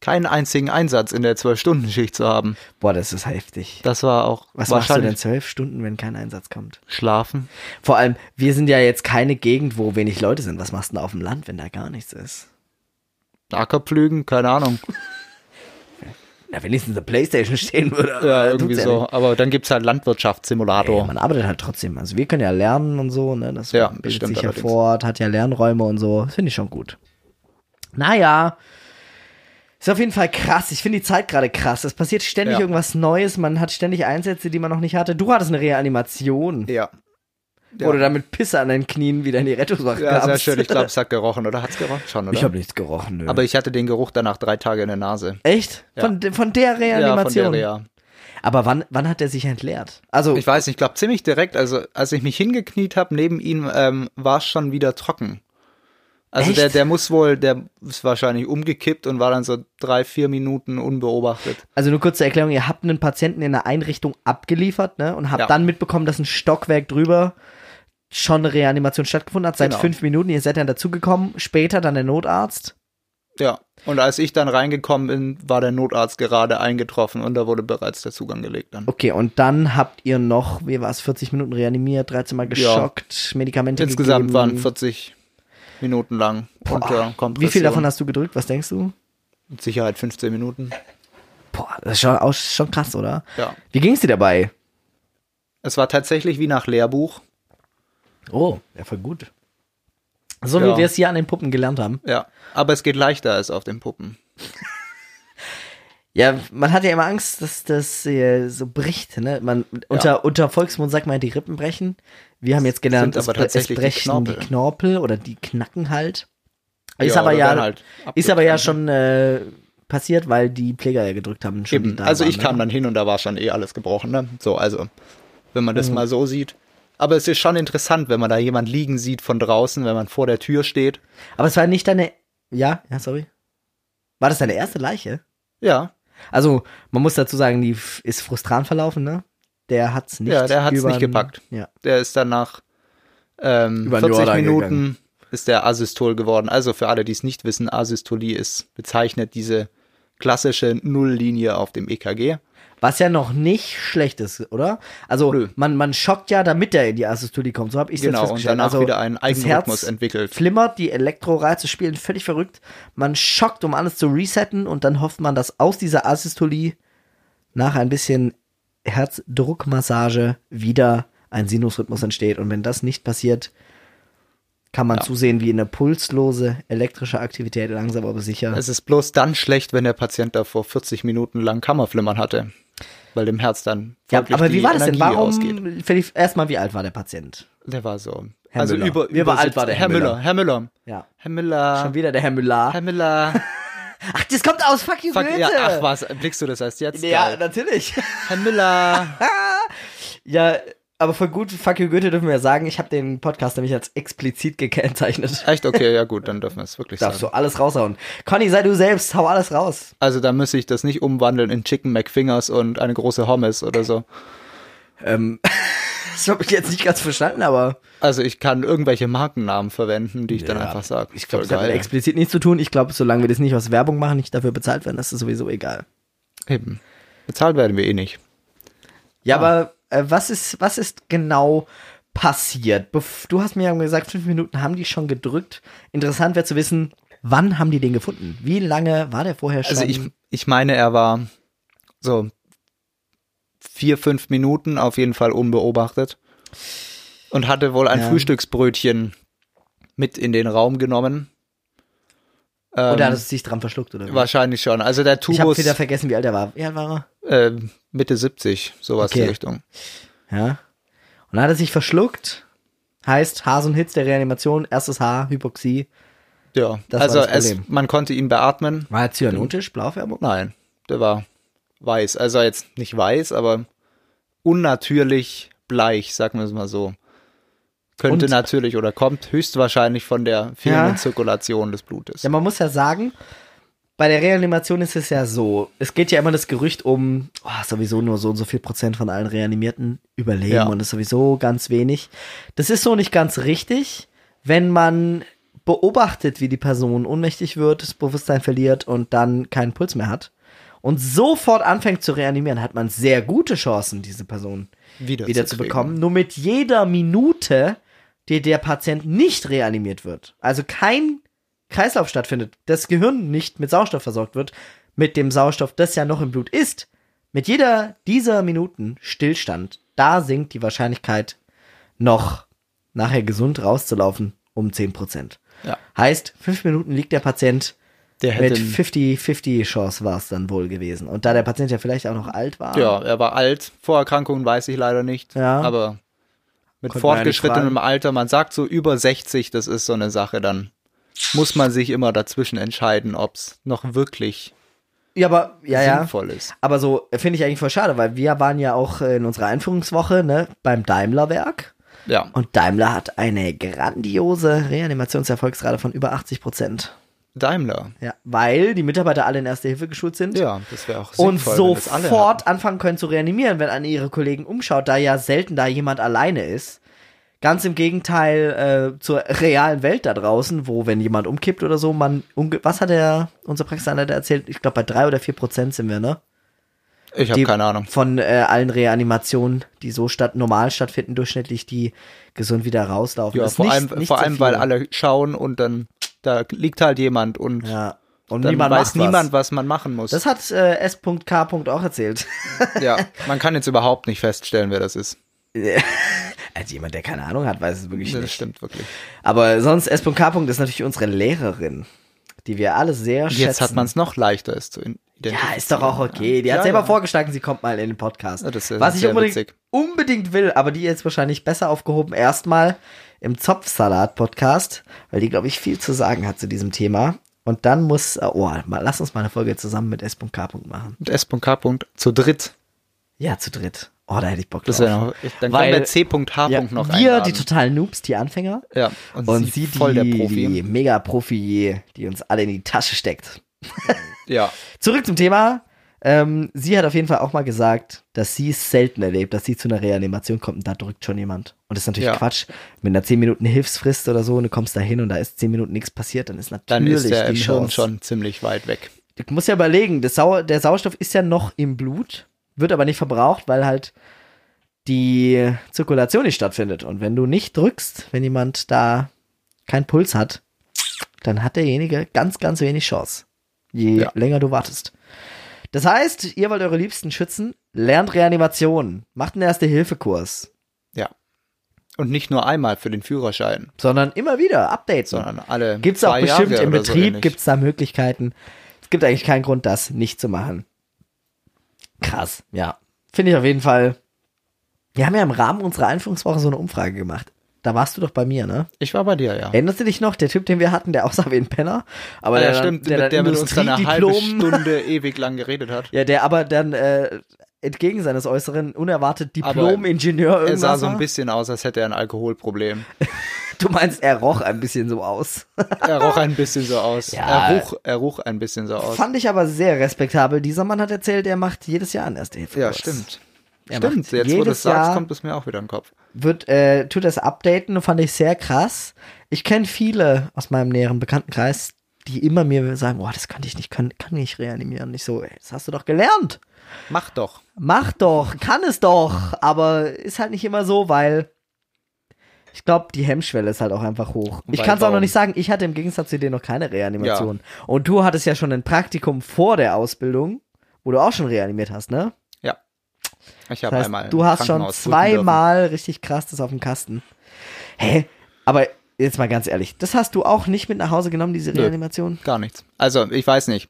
S1: keinen einzigen Einsatz in der 12-Stunden-Schicht zu haben.
S2: Boah, das ist heftig.
S1: Das war auch
S2: Was machst du denn
S1: wahrscheinlich
S2: zwölf Stunden, wenn kein Einsatz kommt?
S1: schlafen.
S2: Vor allem, wir sind ja jetzt keine Gegend, wo wenig Leute sind. Was machst du denn auf dem Land, wenn da gar nichts ist?
S1: Acker pflügen, keine Ahnung.
S2: Na, wenigstens eine Playstation stehen würde.
S1: Ja,
S2: aber
S1: irgendwie
S2: tut's ja
S1: so.
S2: nicht.
S1: Aber dann gibt's halt Landwirtschaftssimulator.
S2: Ey, man arbeitet halt trotzdem. Also wir können ja lernen und so, ne? Das
S1: Ja, das
S2: bildet
S1: stimmt
S2: sich ja
S1: allerdings.
S2: fort, hat ja Lernräume und so. Das finde ich schon gut. Naja. Ist auf jeden Fall krass. Ich finde die Zeit gerade krass. Es passiert ständig
S1: Ja.
S2: irgendwas Neues. Man hat ständig Einsätze, die man noch nicht hatte. Du hattest eine Reanimation.
S1: ja.
S2: Oder Oder damit Pisse an den Knien wieder in die Rettungswache
S1: Ja, sehr
S2: kamst.
S1: schön. Ich glaube, es hat gerochen, oder? Hat's gerochen schon, oder?
S2: Ich habe nichts gerochen, nö.
S1: Aber ich hatte den Geruch danach drei Tage in der Nase.
S2: Echt?
S1: Ja.
S2: Von, de- von der Reanimation.
S1: Ja, von der Reha.
S2: Aber wann, wann hat der sich entleert? Also,
S1: Ich weiß nicht, ich glaube ziemlich direkt, also als ich mich hingekniet habe, neben ihm ähm, war es schon wieder trocken. Also
S2: Echt?
S1: der, der muss wohl, der ist wahrscheinlich umgekippt und war dann so drei, vier Minuten unbeobachtet.
S2: Also nur kurze Erklärung, ihr habt einen Patienten in einer Einrichtung abgeliefert, ne? Und habt
S1: Ja.
S2: dann mitbekommen, dass ein Stockwerk drüber schon eine Reanimation stattgefunden hat, seit
S1: Genau.
S2: fünf Minuten, ihr seid dann dazugekommen, später dann der Notarzt.
S1: Ja. Und als ich dann reingekommen bin, war der Notarzt gerade eingetroffen und da wurde bereits der Zugang gelegt dann.
S2: Okay, und dann habt ihr noch, wie war es, 40 Minuten reanimiert, 13 Mal geschockt, Medikamente
S1: Insgesamt
S2: gegeben.
S1: waren 40 Minuten lang unter
S2: Boah,
S1: Kompression.
S2: Wie viel davon hast du gedrückt, was denkst du?
S1: Mit Sicherheit 15 Minuten.
S2: Boah, das ist schon, auch, schon krass, oder?
S1: Ja.
S2: Wie ging's dir dabei?
S1: Es war tatsächlich wie nach Lehrbuch.
S2: Oh, ja, voll gut. So
S1: Ja.
S2: wie wir es hier an den Puppen gelernt haben.
S1: Ja. Aber es geht leichter als auf den Puppen.
S2: Ja, man hat ja immer Angst, dass das äh, so bricht, ne? Man unter, unter Volksmund sagt man die Rippen brechen. Wir haben jetzt gelernt,
S1: Sind aber
S2: es, bre- es
S1: tatsächlich die
S2: brechen die Knorpel.
S1: Knorpel.
S2: oder die knacken halt. Ist
S1: Ja,
S2: aber
S1: oder
S2: ja
S1: werden halt
S2: ist aber ja
S1: abgetrennt. ne?
S2: schon äh, passiert, weil die Pfleger ja gedrückt haben schon die
S1: Eben.
S2: da
S1: Also
S2: waren,
S1: ich kam
S2: ne?
S1: dann hin und da war schon eh alles gebrochen. Ne? So, also wenn man das mal so sieht. Aber es ist schon interessant, wenn man da jemand liegen sieht von draußen, wenn man vor der Tür steht.
S2: Aber es war nicht deine Ja, ja, sorry. War das deine erste Leiche?
S1: Ja,
S2: Also, man muss dazu sagen, die f- ist frustran verlaufen, ne? Der hat's nicht
S1: Ja, der hat's
S2: übern-
S1: nicht gepackt.
S2: Ja.
S1: der ist dann nach ähm,
S2: Über den
S1: 40
S2: Jordan
S1: Minuten
S2: gegangen.
S1: ist der Asystol geworden. Also für alle, die es nicht wissen, Asystolie ist bezeichnet diese klassische Nulllinie auf dem E EKG.
S2: Was ja noch nicht schlecht ist, oder? Also
S1: Nö.
S2: man, man schockt ja, damit er in die Asystolie kommt. So habe ich
S1: Genau,
S2: jetzt
S1: und
S2: festgestellt.
S1: danach
S2: also,
S1: wieder einen
S2: das
S1: Eigenrhythmus
S2: Herz
S1: entwickelt.
S2: Flimmert, die Elektroreize spielen völlig verrückt. Man schockt, um alles zu resetten und dann hofft man, dass aus dieser Asystolie nach ein bisschen Herzdruckmassage wieder ein Sinusrhythmus entsteht. Und wenn das nicht passiert, kann man zusehen, wie eine pulslose elektrische Aktivität langsam aber sicher.
S1: Es ist bloß dann schlecht, wenn der Patient davor 40 Minuten lang Kammerflimmern hatte, weil dem Herz dann
S2: ja,
S1: folglich
S2: aber wie
S1: die
S2: war das denn?
S1: Energie ausgeht.
S2: Warum, Philipp, erstmal, wie alt war der Patient?
S1: Der war so.
S2: Herr
S1: also
S2: Müller.
S1: über,
S2: Wie
S1: über
S2: alt war der
S1: Herr
S2: Herr
S1: Müller? Herr Müller.
S2: Ja.
S1: Herr Müller.
S2: Schon wieder der Herr Müller.
S1: Ah. Herr Müller.
S2: Ach, das kommt aus Fuck You
S1: Fuck,
S2: Goethe.
S1: ja, ach was, blickst du das erst jetzt?
S2: ja,
S1: Geil.
S2: natürlich.
S1: Herr Müller.
S2: Ja, aber von gut Fuck You Goethe dürfen wir ja sagen, ich habe den Podcast nämlich als explizit gekennzeichnet.
S1: Echt? Okay, ja gut, dann dürfen wir es wirklich
S2: Darfst
S1: sagen.
S2: du alles raushauen. Conny, sei du selbst, hau alles raus.
S1: Also da müsste ich das nicht umwandeln in Chicken McFingers und eine große Hommes oder so.
S2: Ähm, das habe ich jetzt nicht ganz verstanden, aber
S1: Also ich kann irgendwelche Markennamen verwenden, die ich dann
S2: Ja,
S1: einfach sage. Ich
S2: das hat mit explizit nichts zu tun. Ich glaube, solange wir das nicht aus Werbung machen, nicht dafür bezahlt werden, das ist sowieso egal.
S1: Eben. Bezahlt werden wir eh nicht.
S2: Ja, aber äh, was ist, was ist genau passiert? Bef du hast mir ja gesagt, fünf Minuten haben die schon gedrückt. Interessant wäre zu wissen, wann haben die den gefunden? Wie lange war der vorher schon?
S1: Also ich, ich meine, er war so vier, fünf Minuten auf jeden Fall unbeobachtet und hatte wohl ein
S2: Ja.
S1: Frühstücksbrötchen mit in den Raum genommen. Ähm,
S2: oder hat es sich dran verschluckt oder wie?
S1: wahrscheinlich schon. Also der
S2: Ich habe
S1: Tubus
S2: wieder vergessen, wie alt er war. Wie alt war
S1: äh, Mitte 70, sowas in
S2: Okay.
S1: die Richtung.
S2: er? Ja. Und hat er sich verschluckt? Heißt Hasen Hits der Reanimation, erstes Haar, Hypoxie.
S1: Ja,
S2: Das war
S1: also
S2: das
S1: es,
S2: Problem.
S1: man konnte ihn beatmen.
S2: War er zyanotisch, Blaufärbung?
S1: Nein, der war weiß. Also jetzt nicht weiß, aber unnatürlich bleich, sagen wir es mal so. Könnte
S2: Und-
S1: natürlich oder kommt höchstwahrscheinlich von der fehlenden
S2: Ja.
S1: Zirkulation des Blutes.
S2: Ja, man muss ja sagen, bei der Reanimation ist es ja so, es geht ja immer das Gerücht um, oh, sowieso nur so und so viel Prozent von allen Reanimierten überleben
S1: Ja.
S2: und ist sowieso ganz wenig. Das ist so nicht ganz richtig, wenn man beobachtet, wie die Person ohnmächtig wird, das Bewusstsein verliert und dann keinen Puls mehr hat und sofort anfängt zu reanimieren, hat man sehr gute Chancen, diese Person
S1: Wieder
S2: wieder
S1: zu
S2: zu
S1: kriegen.
S2: bekommen. Nur mit jeder Minute, die der Patient nicht reanimiert wird, also kein Kreislauf stattfindet, das Gehirn nicht mit Sauerstoff versorgt wird, mit dem Sauerstoff, das ja noch im Blut ist, mit jeder dieser Minuten Stillstand, da sinkt die Wahrscheinlichkeit, noch nachher gesund rauszulaufen, um 10%.
S1: Ja.
S2: Heißt, fünf Minuten liegt der Patient
S1: Der
S2: mit
S1: hätte,
S2: 50-50 Chance war es dann wohl gewesen. Und da der Patient ja vielleicht auch noch alt war,
S1: ja, er war alt. Vorerkrankungen weiß ich leider nicht.
S2: Ja.
S1: Aber mit
S2: Konnten wir ja nicht
S1: fortgeschrittenem Alter, man sagt so über 60, das ist so eine Sache, dann muss man sich immer dazwischen entscheiden, ob es noch wirklich
S2: ja aber ja, ja.
S1: sinnvoll ist.
S2: Aber so äh, finde ich eigentlich voll schade, weil wir waren ja auch äh, in unserer Einführungswoche ne, beim Daimler-Werk.
S1: Ja.
S2: Und Daimler hat eine grandiose Reanimationserfolgsrate von über 80 Prozent.
S1: Daimler.
S2: Ja, weil die Mitarbeiter alle in Erste Hilfe geschult sind.
S1: Ja, das wäre auch sinnvoll.
S2: Und
S1: wenn das alle hatten.
S2: sofort anfangen können zu reanimieren, wenn an ihre Kollegen umschaut, da ja selten da jemand alleine ist. Ganz im Gegenteil äh, zur realen Welt da draußen, wo wenn jemand umkippt oder so, man umge was hat der unser Praxisanleiter erzählt? Ich glaube bei drei oder vier Prozent sind wir ne?
S1: Ich habe
S2: die-
S1: keine Ahnung.
S2: von äh, allen Reanimationen, die so statt normal stattfinden, durchschnittlich, die gesund wieder rauslaufen.
S1: Ja,
S2: Ist
S1: vor
S2: nicht-
S1: allem,
S2: nicht
S1: vor
S2: so
S1: allem weil
S2: viel.
S1: alle schauen und dann da liegt halt jemand und
S2: Ja. Und
S1: dann
S2: niemand
S1: weiß
S2: macht
S1: niemand,
S2: was.
S1: was man machen muss.
S2: Das hat äh, S.K. auch erzählt.
S1: ja, man kann jetzt überhaupt nicht feststellen, wer das ist.
S2: Als Also jemand, der keine Ahnung hat, weiß es wirklich
S1: Das
S2: nicht.
S1: stimmt wirklich.
S2: Aber sonst S.K. ist natürlich unsere Lehrerin, die wir alle sehr schätzen.
S1: Jetzt hat man es noch leichter, es zu in- identifizieren.
S2: Ja, ist doch auch okay. Die hat
S1: Ja,
S2: selber
S1: ja.
S2: vorgeschlagen, sie kommt mal in den Podcast.
S1: Ja, das ist
S2: Was ich
S1: sehr
S2: unbedingt,
S1: witzig.
S2: unbedingt will, aber die ist wahrscheinlich besser aufgehoben. Erstmal im Zopfsalat-Podcast, weil die, glaube ich, viel zu sagen hat zu diesem Thema. Und dann muss, äh, oh, mal, lass uns mal eine Folge zusammen mit S.K. machen.
S1: Und S.K. zu dritt.
S2: Ja, zu dritt. Oh, da hätte ich Bock drauf.
S1: Das wär noch, dann
S2: Weil-
S1: kann der C.H.
S2: ja,
S1: noch
S2: wir, die
S1: einladen.
S2: totalen Noobs, die Anfänger.
S1: ja, und,
S2: Und
S1: sie,
S2: sie, die,
S1: voll der Profi.
S2: die Mega-Profi, die uns alle in die Tasche steckt.
S1: Ja,
S2: Zurück zum Thema. Ähm, sie hat auf jeden Fall auch mal gesagt, dass sie es selten erlebt, dass sie zu einer Reanimation kommt und da drückt schon jemand. Und das ist natürlich
S1: Ja.
S2: Quatsch. Mit einer 10 Minuten Hilfsfrist oder so und du kommst da hin und da ist 10 Minuten nichts passiert, dann ist natürlich
S1: dann ist der
S2: die
S1: im Hirn
S2: Chance.
S1: schon ziemlich weit weg.
S2: Du musst ja überlegen, das Sau der Sauerstoff ist ja noch im Blut, wird aber nicht verbraucht, weil halt die Zirkulation nicht stattfindet. Und wenn du nicht drückst, wenn jemand da keinen Puls hat, dann hat derjenige ganz, ganz wenig Chance. Je
S1: Ja.
S2: länger du wartest. Das heißt, ihr wollt eure Liebsten schützen, lernt Reanimation, macht einen Erste-Hilfe-Kurs.
S1: Ja. Und nicht nur einmal für den Führerschein,
S2: sondern immer wieder Updates.
S1: sondern alle.
S2: Gibt es
S1: zwei
S2: auch bestimmt
S1: Jahre
S2: im
S1: oder so
S2: Betrieb,
S1: ähnlich.
S2: gibt es da Möglichkeiten. Es gibt eigentlich keinen Grund, das nicht zu machen. Krass, ja. Finde ich auf jeden Fall. Wir haben ja im Rahmen unserer Einführungswoche so eine Umfrage gemacht. Da warst du doch bei mir, ne?
S1: Ich war bei dir, ja.
S2: Erinnerst du dich noch? Der Typ, den wir hatten, der aussah wie ein Penner. Aber
S1: Ah, ja,
S2: der, dann-
S1: stimmt,
S2: der,
S1: mit,
S2: dann
S1: der mit uns dann eine halbe
S2: Industriediplom-
S1: Stunde ewig lang geredet hat.
S2: Ja, der aber dann äh, entgegen seines Äußeren unerwartet
S1: Aber
S2: Diplom-Ingenieur
S1: Er
S2: irgendwas
S1: sah so ein
S2: war.
S1: bisschen aus, als hätte er ein Alkoholproblem.
S2: Du meinst, er roch ein bisschen so aus.
S1: Er roch ein bisschen so aus.
S2: Ja.
S1: Er, roch, er roch ein bisschen so aus.
S2: Fand ich aber sehr respektabel. Dieser Mann hat erzählt, er macht jedes Jahr einen Erste-Hilfe.
S1: Ja, stimmt.
S2: Er
S1: stimmt, jetzt
S2: macht
S1: wo du
S2: jedes
S1: das sagst,
S2: Jahr-
S1: kommt es mir auch wieder in den Kopf.
S2: Wird, äh, tut das updaten, fand ich sehr krass. Ich kenne viele aus meinem näheren Bekanntenkreis, die immer mir sagen, boah, das könnte ich nicht, kann, kann ich reanimieren. Nicht so, ey, das hast du doch gelernt.
S1: Mach doch.
S2: Mach doch, kann es doch, aber ist halt nicht immer so, weil ich glaube, die Hemmschwelle ist halt auch einfach hoch. Ich
S1: Weil
S2: kann es auch noch
S1: warum?
S2: nicht sagen, ich hatte im Gegensatz zu dir noch keine Reanimation. Und du hattest ja schon ein Praktikum vor der Ausbildung, wo du auch schon reanimiert hast, ne?
S1: Ja. Ich
S2: Das
S1: habe
S2: heißt,
S1: einmal.
S2: du
S1: im
S2: hast schon
S1: Krankenhaus prüfen dürfen.
S2: zweimal richtig krass das auf dem Kasten. Hä? Aber jetzt mal ganz ehrlich, das hast du auch nicht mit nach Hause genommen, diese
S1: Nö.
S2: Reanimation?
S1: Gar nichts. Also, ich weiß nicht.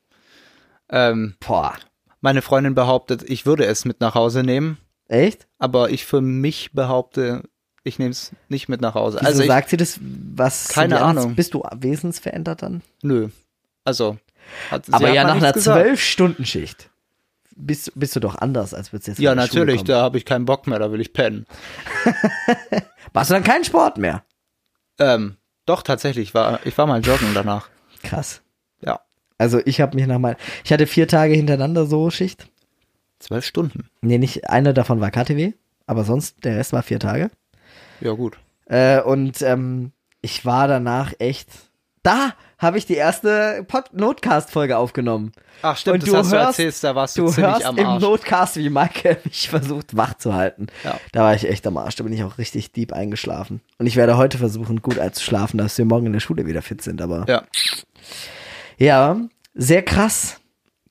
S1: Ähm,
S2: Boah,
S1: meine Freundin behauptet, ich würde es mit nach Hause nehmen,
S2: echt?
S1: aber ich für mich behaupte, ich nehme es nicht mit nach Hause.
S2: Wieso
S1: also, ich,
S2: sagt sie das? Was? sind
S1: Keine
S2: die Arzt-
S1: Ahnung.
S2: Bist du wesensverändert dann?
S1: nö. Also. Hat, sie
S2: Aber
S1: hat
S2: ja,
S1: mal
S2: nach
S1: nichts
S2: einer
S1: gesagt.
S2: 12-Stunden-Schicht bist, bist du doch anders, als würdest du jetzt
S1: Ja,
S2: von der Schule
S1: natürlich,
S2: kommen.
S1: da habe ich keinen Bock mehr, da will ich pennen.
S2: Machst du dann keinen Sport mehr?
S1: Ähm, doch, tatsächlich, war, ich war mal joggen danach.
S2: Krass.
S1: Ja.
S2: Also ich habe mich nach mal, ich hatte vier Tage hintereinander so Schicht.
S1: Zwölf Stunden.
S2: Nee, nicht, einer davon war KTW, aber sonst, der Rest war vier Tage.
S1: Ja, gut.
S2: Äh, und ähm, ich war danach echt, da habe ich die erste Pod Notcast-Folge aufgenommen.
S1: Ach, stimmt,
S2: Und
S1: das
S2: du
S1: hast
S2: hörst-
S1: du erzählt, da warst du,
S2: Du
S1: ziemlich
S2: hörst
S1: am
S2: im
S1: Arsch.
S2: Notcast, wie Michael mich versucht wach zu halten.
S1: Ja.
S2: Da war ich echt am Arsch. Da bin ich auch richtig deep eingeschlafen. Und ich werde heute versuchen, gut einzuschlafen, dass wir morgen in der Schule wieder fit sind. Aber
S1: ja.
S2: ja, sehr krass.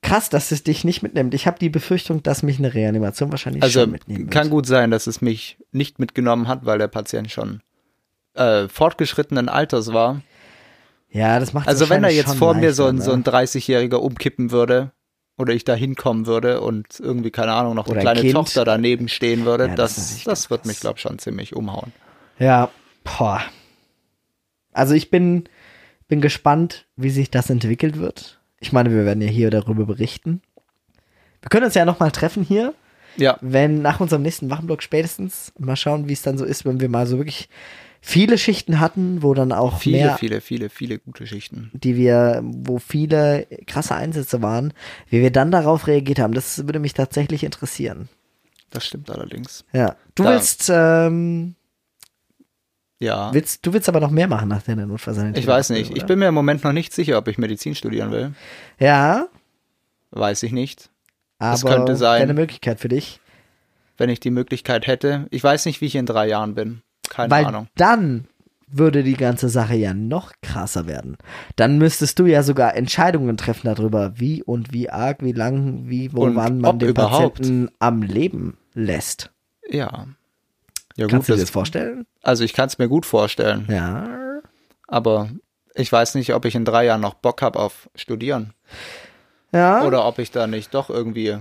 S2: Krass, dass es dich nicht mitnimmt. Ich habe die Befürchtung, dass mich eine Reanimation wahrscheinlich
S1: Also
S2: schon mitnehmen
S1: kann
S2: wird.
S1: gut sein, dass es mich nicht mitgenommen hat, weil der Patient schon äh, fortgeschrittenen Alters war.
S2: Ja, das macht
S1: Also wenn da jetzt vor mir so ein, so
S2: ein
S1: ein 30-Jähriger umkippen würde oder ich da hinkommen würde und irgendwie, keine Ahnung, noch eine
S2: Oder ein
S1: kleine
S2: Kind.
S1: Tochter daneben stehen würde,
S2: Ja, das
S1: das, das,
S2: ist natürlich
S1: wird
S2: krass.
S1: mich, glaube ich, schon ziemlich umhauen.
S2: Ja, boah. Also ich bin, bin gespannt, wie sich das entwickelt wird. Ich meine, wir werden ja hier darüber berichten. Wir können uns ja nochmal treffen hier,
S1: Ja,
S2: wenn nach unserem nächsten Wachenblock spätestens. Mal schauen, wie es dann so ist, wenn wir mal so wirklich viele Schichten hatten, wo dann auch
S1: viele,
S2: mehr,
S1: viele, viele, viele gute Schichten.
S2: die wir, wo viele krasse Einsätze waren, wie wir dann darauf reagiert haben. Das würde mich tatsächlich interessieren.
S1: Das stimmt allerdings.
S2: Ja. Du
S1: Da-
S2: willst, ähm,
S1: Ja.
S2: willst, du willst aber noch mehr machen nach deiner Notfallsanitäter.
S1: Ich weiß nicht.
S2: Ausbildung,
S1: Ich
S2: oder?
S1: bin mir im Moment noch nicht sicher, ob ich Medizin studieren will.
S2: Ja,
S1: Weiß ich nicht.
S2: aber
S1: könnte sein.
S2: wäre eine Möglichkeit für dich.
S1: Wenn ich die Möglichkeit hätte. Ich weiß nicht, wie ich in drei Jahren bin. Keine
S2: weil
S1: Ahnung.
S2: dann würde die ganze Sache ja noch krasser werden. Dann müsstest du ja sogar Entscheidungen treffen darüber, wie und wie arg, wie lang, wie, wo,
S1: Und
S2: wann man
S1: ob
S2: den
S1: überhaupt.
S2: Patienten am Leben lässt.
S1: Ja. Ja,
S2: Kannst
S1: gut.
S2: du dir das
S1: Das,
S2: vorstellen?
S1: also ich kann es mir gut vorstellen.
S2: Ja.
S1: Aber ich weiß nicht, ob ich in drei Jahren noch Bock habe auf Studieren.
S2: Ja.
S1: Oder ob ich da nicht doch irgendwie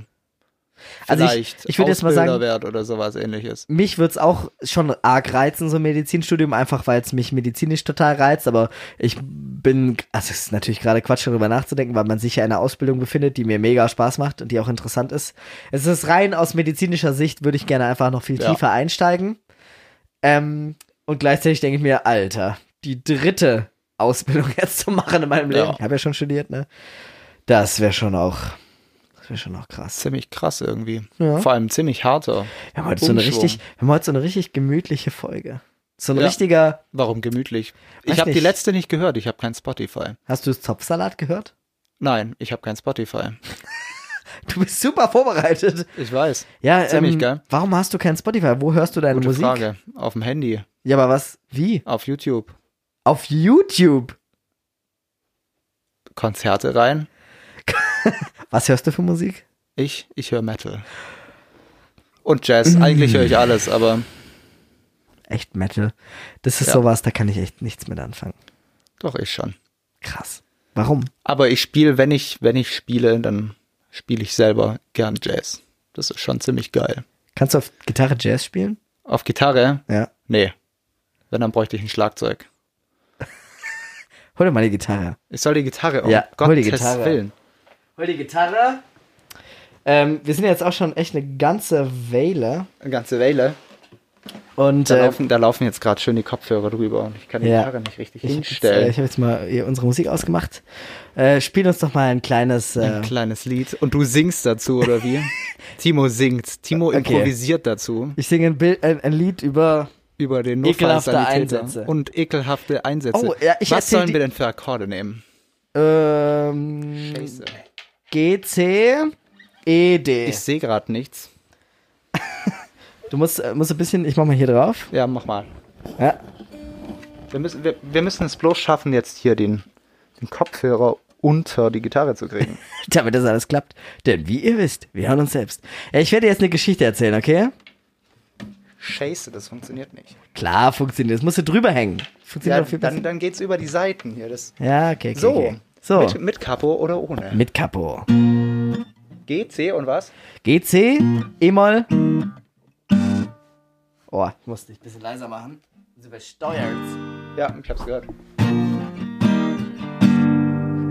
S2: Ah. Also ich-
S1: vielleicht
S2: ich würde jetzt mal
S1: Ausbilder
S2: sagen-
S1: werd oder sowas ähnliches.
S2: mich würde es auch schon arg reizen, so ein Medizinstudium, einfach weil es mich medizinisch total reizt, aber ich bin, also es ist natürlich gerade Quatsch, darüber nachzudenken, weil man sich ja in einer Ausbildung befindet, die mir mega Spaß macht und die auch interessant ist. Es ist rein aus medizinischer Sicht, würde ich gerne einfach noch viel
S1: Ja.
S2: tiefer einsteigen. Ähm, und gleichzeitig denke ich mir, Alter, die dritte Ausbildung jetzt zu machen in meinem Leben,
S1: Ja.
S2: ich habe ja schon studiert, ne? Das wäre schon auch, das wäre schon auch krass.
S1: Ziemlich krass irgendwie.
S2: Ja.
S1: Vor allem ziemlich harter.
S2: Wir haben heute so eine
S1: Umschwung.
S2: richtig, wir haben heute so eine richtig gemütliche Folge. So ein
S1: Ja.
S2: richtiger.
S1: Warum gemütlich?
S2: Weiß
S1: Ich habe die
S2: nicht.
S1: letzte nicht gehört. Ich habe kein Spotify.
S2: Hast du das Zopfsalat gehört?
S1: Nein, ich habe kein Spotify.
S2: Du bist super vorbereitet.
S1: Ich weiß.
S2: Ja,
S1: Ziemlich
S2: ähm,
S1: geil.
S2: warum hast du kein Spotify? Wo hörst du deine
S1: Gute
S2: Musik?
S1: Frage. Auf dem Handy,
S2: Ja, aber was? Wie?
S1: auf YouTube.
S2: Auf YouTube.
S1: Konzerte rein.
S2: Was hörst du für Musik?
S1: Ich,
S2: Mhm.
S1: ich höre Metal. Und Jazz. Eigentlich höre ich alles, aber
S2: echt Metal. Das ist
S1: Ja.
S2: sowas, da kann ich echt nichts mit anfangen.
S1: Doch, ich schon.
S2: Krass. Warum?
S1: Aber ich spiele, wenn ich, wenn ich spiele, dann spiele ich selber gern Jazz. Das ist schon ziemlich geil.
S2: Kannst du auf Gitarre Jazz spielen?
S1: Auf Gitarre?
S2: Ja.
S1: Nee. Wenn, dann bräuchte ich ein Schlagzeug.
S2: Hol dir mal die Gitarre.
S1: Ich soll die Gitarre, um
S2: Ja, hol die
S1: Gottes
S2: Gitarre.
S1: Willen.
S2: Hol die Gitarre. Ähm, wir sind jetzt auch schon echt eine ganze Weile.
S1: Eine ganze Weile.
S2: Und
S1: Da,
S2: äh,
S1: laufen, da laufen jetzt gerade schön die Kopfhörer drüber und ich kann die
S2: Ja.
S1: Gitarre nicht richtig
S2: ich, ich habe
S1: hinstellen.
S2: jetzt, äh, ich hab jetzt mal hier unsere Musik ausgemacht. Äh, spiel uns doch mal ein kleines. Äh,
S1: ein kleines Lied. Und du singst dazu, oder wie? Timo singt. Timo
S2: Okay.
S1: improvisiert dazu
S2: ich singe ein, Bild, ein, ein Lied über.
S1: über den
S2: Ekelhafte
S1: Notfallsanitäter
S2: Einsätze.
S1: und ekelhafte Einsätze.
S2: Oh, ja, ich
S1: Was
S2: erzähl
S1: sollen
S2: die-
S1: wir denn für Akkorde nehmen?
S2: Ähm,
S1: Scheiße.
S2: G, C, E, D.
S1: Ich sehe gerade nichts.
S2: Du musst, äh, musst ein bisschen. Ich mach mal hier drauf.
S1: Ja, mach mal.
S2: Ja.
S1: Wir müssen, wir, wir müssen es bloß schaffen, jetzt hier den, den Kopfhörer unter die Gitarre zu kriegen.
S2: Damit das alles klappt. Denn wie ihr wisst, wir hören uns selbst. Ja, Ich werde dir jetzt eine Geschichte erzählen, okay?
S1: Scheiße, das funktioniert nicht.
S2: Klar, funktioniert. Das musst du drüber hängen. Funktioniert
S1: Ja,
S2: doch viel
S1: dann,
S2: besser.
S1: dann geht's über die Seiten hier. Das,
S2: Ja, okay, okay.
S1: so.
S2: Okay. So.
S1: Mit, mit Kapo oder ohne?
S2: Mit Kapo.
S1: G, C und was?
S2: G, C, E-Moll. Oh, ich musste ich ein bisschen leiser machen. Das übersteuert.
S1: Ja, ich hab's gehört.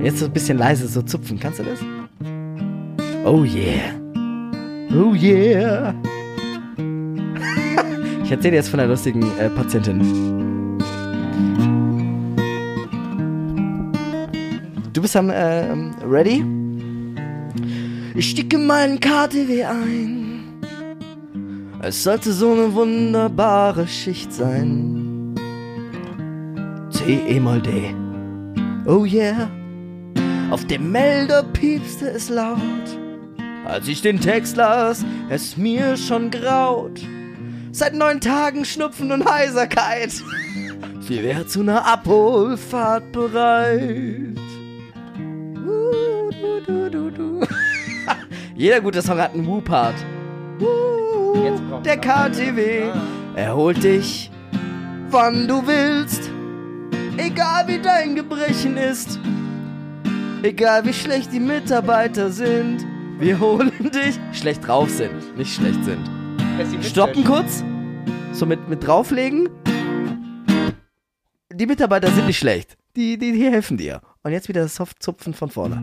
S2: Jetzt so ein bisschen leise so zupfen. Kannst du das? Oh yeah. Oh yeah. ich erzähle jetzt von einer lustigen äh, Patientin. Du bist dann ähm, ready? Ich sticke meinen KTW ein. Es sollte so eine wunderbare Schicht sein. C E mal D. Oh yeah. Auf dem Melder piepste es laut. Als ich den Text las, es mir schon graut. Seit neun Tagen Schnupfen und Heiserkeit. Wir wären zu einer Abholfahrt bereit. Uh, du, du, du, du. Jeder gute Song hat einen Woo-Part. Uh,
S1: Jetzt braucht
S2: der
S1: man-
S2: KTW erholt dich, wann du willst. Egal wie dein Gebrechen ist. Egal wie schlecht die Mitarbeiter sind, wir holen dich. Schlecht drauf sind, nicht schlecht sind. Stoppen kurz. So mit, mit drauflegen. Die Mitarbeiter sind nicht schlecht. Die, die, die helfen dir. Und jetzt wieder soft zupfen von vorne.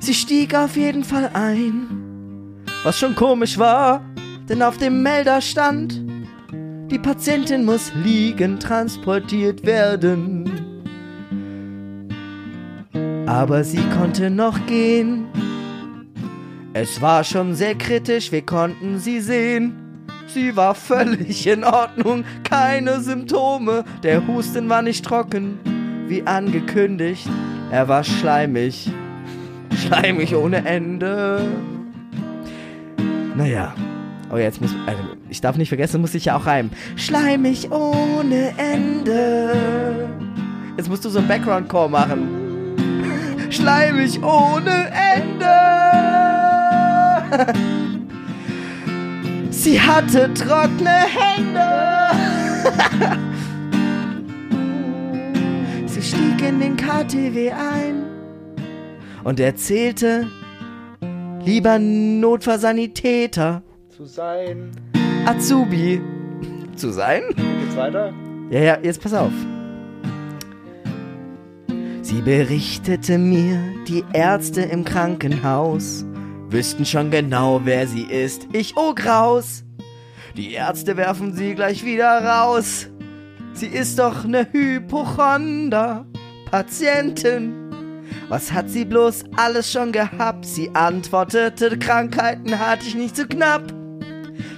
S2: Sie stieg auf jeden Fall ein. Was schon komisch war, denn auf dem Melder stand, die Patientin muss liegend transportiert werden. Aber sie konnte noch gehen. Es war schon sehr kritisch, wir konnten sie sehen. Sie war völlig in Ordnung, keine Symptome. Der Husten war nicht trocken, wie angekündigt. Er war schleimig, schleimig ohne Ende. Naja, oh jetzt muss, also ich darf nicht vergessen, muss ich ja auch reimen. Schleimig ohne Ende. Jetzt musst du so einen Background-Core machen schleimig ohne Ende. Sie hatte trockene Hände. Sie stieg in den KTW ein und erzählte, lieber Notfallsanitäter,
S1: Zu sein.
S2: Azubi zu sein.
S1: Geht's weiter?
S2: Ja, ja, jetzt pass auf. Sie berichtete mir, die Ärzte im Krankenhaus wüssten schon genau, wer sie ist. Ich, oh Graus! Die Ärzte werfen sie gleich wieder raus. Sie ist doch ne Hypochonder-Patientin. Was hat sie bloß alles schon gehabt? Sie antwortete, Krankheiten hatte ich nicht so knapp.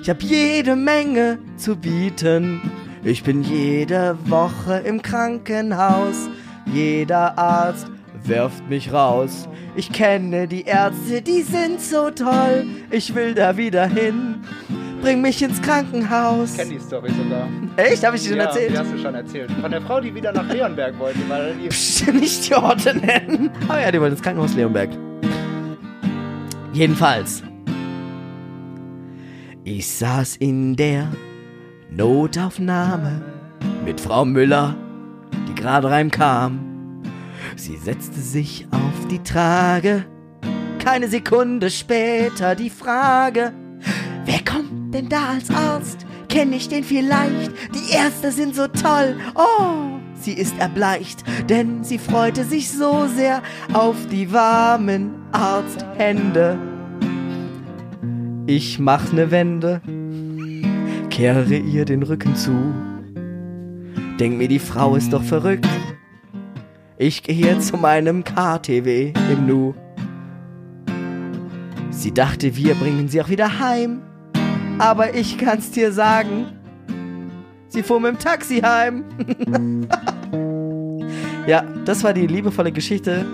S2: Ich hab jede Menge zu bieten. Ich bin jede Woche im Krankenhaus. Jeder Arzt wirft mich raus. Ich kenne die Ärzte, die sind so toll. Ich will da wieder hin. Bring mich ins Krankenhaus.
S1: Kenn die Story sogar.
S2: Echt? Hab ich dir schon
S1: ja,
S2: erzählt?
S1: Die hast du schon erzählt. Von der Frau, die wieder nach Leonberg wollte, weil die.
S2: Psst, nicht die Orte nennen. Oh ja, die wollen ins Krankenhaus Leonberg. Jedenfalls. Ich saß in der Notaufnahme mit Frau Müller, die gerade reinkam. Sie setzte sich auf die Trage. Keine Sekunde später die Frage: Wer kommt denn da als Arzt? Kenne ich den vielleicht? Die Ärzte sind so toll. Oh, sie ist erbleicht, denn sie freute sich so sehr auf die warmen Arzthände. Ich mach ne Wende, kehre ihr den Rücken zu. Denk mir, die Frau ist doch verrückt. Ich gehe zu meinem KTW im Nu. Sie dachte, wir bringen sie auch wieder heim. Aber ich kann's dir sagen, sie fuhr mit dem Taxi heim. ja, das war die liebevolle Geschichte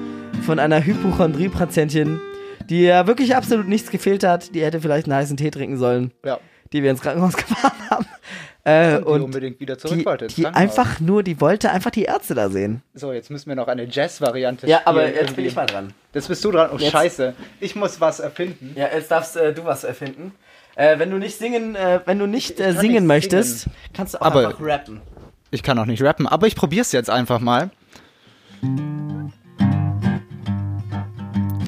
S2: von einer Hypochondrie-Patientin, die ja wirklich absolut nichts gefehlt hat. Die hätte vielleicht einen heißen Tee trinken sollen,
S1: Ja.
S2: die wir ins Krankenhaus gefahren haben. Äh,
S1: Die
S2: und
S1: unbedingt wieder zurück
S2: die,
S1: wollte. ins
S2: die
S1: Krankenhaus.
S2: einfach nur, die wollte einfach die Ärzte da sehen.
S1: So, jetzt müssen wir noch eine Jazz-Variante
S2: Ja,
S1: spielen.
S2: aber jetzt bin
S1: irgendwie.
S2: ich mal dran.
S1: Jetzt bist du dran. Oh,
S2: Jetzt.
S1: scheiße. Ich muss was erfinden.
S2: Ja, jetzt darfst äh, du was erfinden. Äh, wenn du nicht singen, äh, wenn du nicht äh,
S1: kann
S2: singen
S1: nicht
S2: möchtest, kannst du auch
S1: Aber-
S2: einfach rappen.
S1: Ich kann auch nicht rappen, aber ich probier's jetzt einfach mal.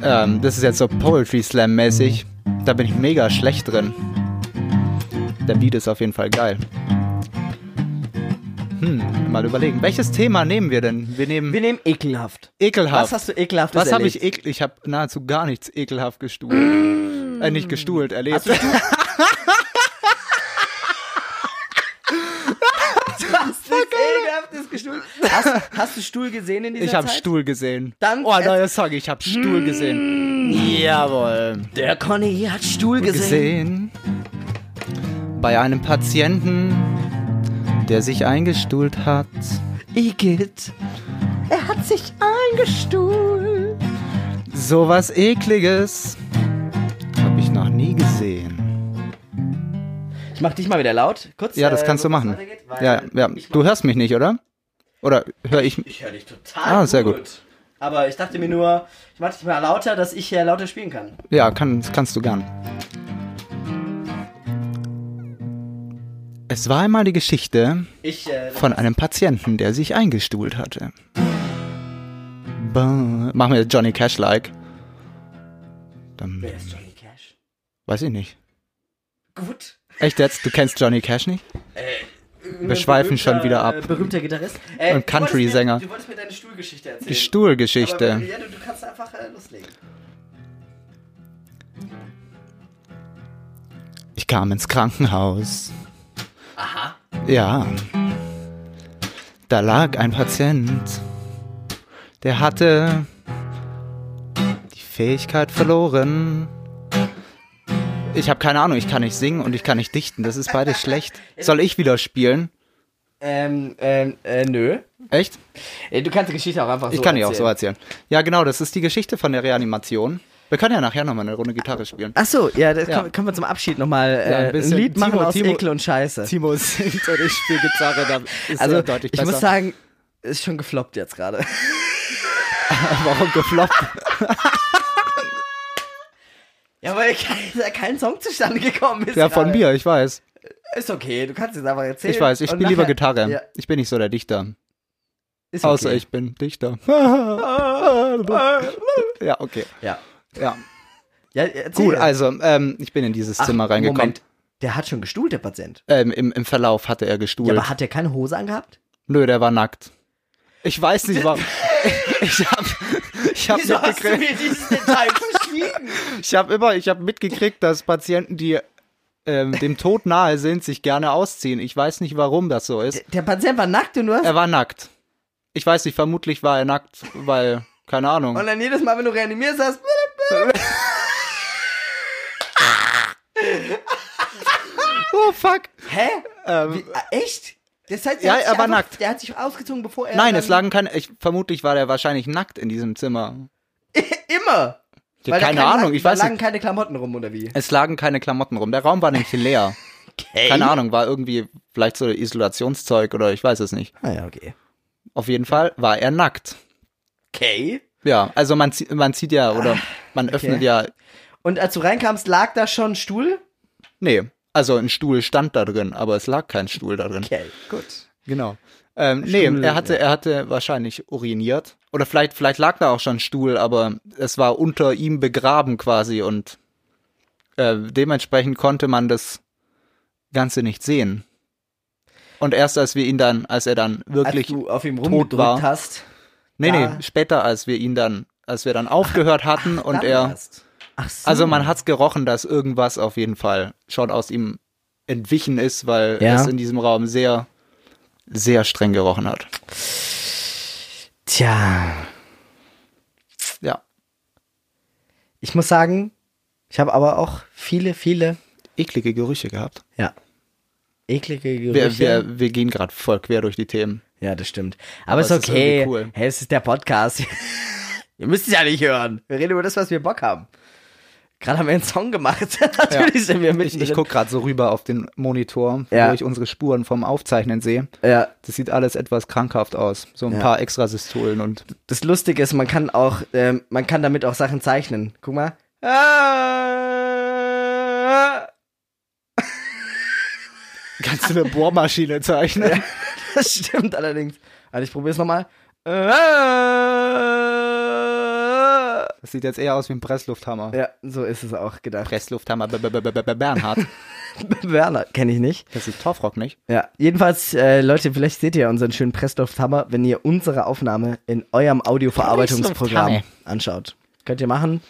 S1: Ähm, das ist jetzt so Poetry Slam mäßig. Da bin ich mega schlecht drin. Der Beat ist auf jeden Fall geil. Hm, mal überlegen. Welches Thema nehmen wir denn? Wir nehmen
S2: Wir nehmen ekelhaft.
S1: ekelhaft.
S2: Was hast du ekelhaftes
S1: Was habe ich
S2: erlebt?
S1: ekel? Ich habe nahezu gar nichts ekelhaft gestuhlt. Äh, nicht gestuhlt, erlebt.
S2: hast nichts ekelhaftes gestuhlt? Hast, hast du Stuhl gesehen in dieser
S1: Ich habe
S2: Zeit?
S1: Stuhl gesehen.
S2: Dann- Hm.
S1: oh, neuer Song. Ich habe Stuhl gesehen. Jawohl.
S2: Der Conny hat Stuhl gesehen.
S1: gesehen bei einem Patienten, der sich eingestuhlt hat.
S2: Igitt. Er hat sich eingestuhlt.
S1: Sowas ekliges habe ich noch nie gesehen.
S2: Ich mach dich mal wieder laut. Kurz.
S1: Ja, das
S2: äh,
S1: kannst du
S2: bevor es
S1: machen.
S2: weitergeht, weil
S1: Ja, ja.
S2: ich mach-
S1: Du hörst mich nicht, oder? Oder höre ich?
S2: Ich höre dich total.
S1: Ah, sehr gut.
S2: Aber ich dachte mir nur, ich mach dich mal lauter, dass ich hier lauter spielen kann.
S1: Ja, kann, kannst du gern. Es war einmal die Geschichte
S2: Ich, äh,
S1: von einem Patienten, der sich eingestuhlt hatte. Ba- Machen wir Johnny Cash-like. Dann
S2: wer ist Johnny Cash?
S1: Weiß ich nicht.
S2: Gut.
S1: Echt jetzt? Du kennst Johnny Cash nicht?
S2: Wir
S1: schweifen schon wieder ab.
S2: Berühmter Gitarrist. Äh,
S1: Und
S2: du wolltest mir-
S1: Country-Sänger.
S2: Du wolltest mir deine Stuhlgeschichte erzählen.
S1: Die
S2: Aber,
S1: Stuhlgeschichte.
S2: ja, du, du kannst einfach äh, loslegen.
S1: Ich kam ins Krankenhaus.
S2: Aha.
S1: Ja. Da lag ein Patient. Der hatte die Fähigkeit verloren. Ich habe keine Ahnung, ich kann nicht singen und ich kann nicht dichten. Das ist beides schlecht. Soll ich wieder spielen?
S2: Ähm, ähm, äh, nö.
S1: Echt?
S2: Äh, Du kannst die Geschichte auch einfach so
S1: Ich kann die
S2: erzählen.
S1: auch so erzählen. Ja, genau, das ist die Geschichte von der Reanimation. Wir können ja nachher nochmal eine Runde Gitarre spielen.
S2: Ach so, ja, das
S1: Ja.
S2: Kann, können wir zum Abschied nochmal äh,
S1: Ja, ein
S2: ein,
S1: bisschen.
S2: Lied machen
S1: Timo,
S2: aus
S1: Timo-
S2: Ekel und Scheiße.
S1: Timo singt und ich spiele Gitarre. Da ist
S2: also,
S1: er deutlich
S2: ich
S1: besser.
S2: muss sagen, ist schon gefloppt jetzt gerade.
S1: Warum gefloppt?
S2: Ja, weil kein, kein Song zustande gekommen ist.
S1: Ja, von
S2: gerade.
S1: mir, ich weiß.
S2: Ist okay, du kannst es einfach erzählen.
S1: Ich weiß, ich
S2: Und
S1: spiele lieber
S2: nachher-
S1: Gitarre.
S2: Ja,
S1: Ich bin nicht so der Dichter.
S2: ist okay. Ah,
S1: Außer ich bin Dichter. ja, okay.
S2: Ja.
S1: Ja.
S2: ja erzähl.
S1: Gut, also, ähm, ich bin in dieses
S2: Ach,
S1: Zimmer reingekommen.
S2: Moment. Der hat schon gestuhlt, der Patient.
S1: Ähm, im, Im Verlauf hatte er
S2: Ja,
S1: gestuhlt.
S2: aber hat der keine Hose angehabt?
S1: Nö, der war nackt. Ich weiß nicht warum. ich hab, ich hab mitgekriegt.
S2: mir dieses Detail verschwiegen?
S1: Ich habe immer, ich habe mitgekriegt, dass Patienten, die ähm, dem Tod nahe sind, sich gerne ausziehen. Ich weiß nicht, warum das so ist.
S2: Der Patient war nackt und du hast...
S1: Er war nackt. Ich weiß nicht, vermutlich war er nackt, weil, keine Ahnung.
S2: Und dann jedes Mal, wenn du reanimierst, hast...
S1: Oh fuck.
S2: Hä?
S1: Ähm,
S2: Wie, ah, echt? Das heißt,
S1: Ja,
S2: hat sich
S1: er war
S2: einfach-
S1: nackt.
S2: Der hat sich ausgezogen, bevor er...
S1: nein,
S2: dann-
S1: es lagen keine. Ich, vermutlich war der wahrscheinlich nackt in diesem Zimmer.
S2: Immer.
S1: Ja,
S2: Weil da
S1: keine
S2: kein-
S1: Ahnung, ich
S2: da
S1: weiß
S2: lagen
S1: nicht.
S2: keine Klamotten rum, oder wie?
S1: Es lagen keine Klamotten rum. Der Raum war nämlich leer. Keine Ahnung, war irgendwie vielleicht so Isolationszeug oder ich weiß es nicht.
S2: Ah ja, okay.
S1: Auf jeden Fall war er nackt.
S2: Okay.
S1: Ja, also man, zie- man zieht
S2: Ah,
S1: ja oder man öffnet ja.
S2: Und als du reinkamst, lag da schon ein Stuhl?
S1: Nee, Also ein Stuhl stand da drin, aber es lag kein Stuhl da drin.
S2: Okay, gut.
S1: Genau. Ähm, nee,
S2: Stuhl,
S1: er hatte, er hatte wahrscheinlich uriniert. Oder vielleicht, vielleicht lag da auch schon ein Stuhl, aber es war unter ihm begraben quasi und äh, dementsprechend konnte man das Ganze nicht sehen. Und erst als wir ihn dann, als er dann wirklich,
S2: Als du auf ihm
S1: war.
S2: rumgedrückt hast.
S1: nee,
S2: da-
S1: nee, später, als wir ihn dann, als wir dann aufgehört hatten und
S2: dann Hm.
S1: er,
S2: erst. Ach so.
S1: also man hat's gerochen, dass irgendwas auf jeden Fall schon aus ihm entwichen ist, weil
S2: Ja.
S1: es in diesem Raum sehr, sehr streng gerochen hat.
S2: Tja,
S1: Ja.
S2: ich muss sagen, ich habe aber auch viele, viele,
S1: eklige Gerüche gehabt.
S2: ja, eklige
S1: Wir,
S2: Gerüche.
S1: wir, wir gehen gerade voll quer durch die Themen.
S2: Ja, das stimmt. Aber, es ist
S1: es ist
S2: okay.
S1: irgendwie cool.
S2: Hey, es ist der Podcast. Ihr müsst es ja nicht hören. Wir reden über das, was wir Bock haben. Gerade haben wir einen Song gemacht. Natürlich sind wir mit.
S1: Ich, ich gucke gerade so rüber auf den Monitor,
S2: Ja.
S1: wo ich unsere Spuren vom Aufzeichnen sehe.
S2: Ja,
S1: Das sieht alles etwas krankhaft aus. So ein
S2: Ja.
S1: paar Extrasystolen und
S2: das Lustige ist, man kann auch, ähm, man kann damit auch Sachen zeichnen. Guck mal. Ah! Das
S1: kannst du eine Bohrmaschine zeichnen.
S2: stimmt allerdings. Also ich probiere es nochmal. Ah!
S1: Das sieht jetzt eher aus wie ein Presslufthammer.
S2: Ja, so ist es auch gedacht.
S1: Presslufthammer B -b -b -b -b Bernhard.
S2: Werner kenne ich nicht.
S1: Das ist Torfrock, nicht?
S2: Ja, jedenfalls, äh, Leute, vielleicht seht ihr unseren schönen Presslufthammer, wenn ihr unsere Aufnahme in eurem Audioverarbeitungsprogramm
S1: Presslufthammer.
S2: anschaut. Könnt ihr machen.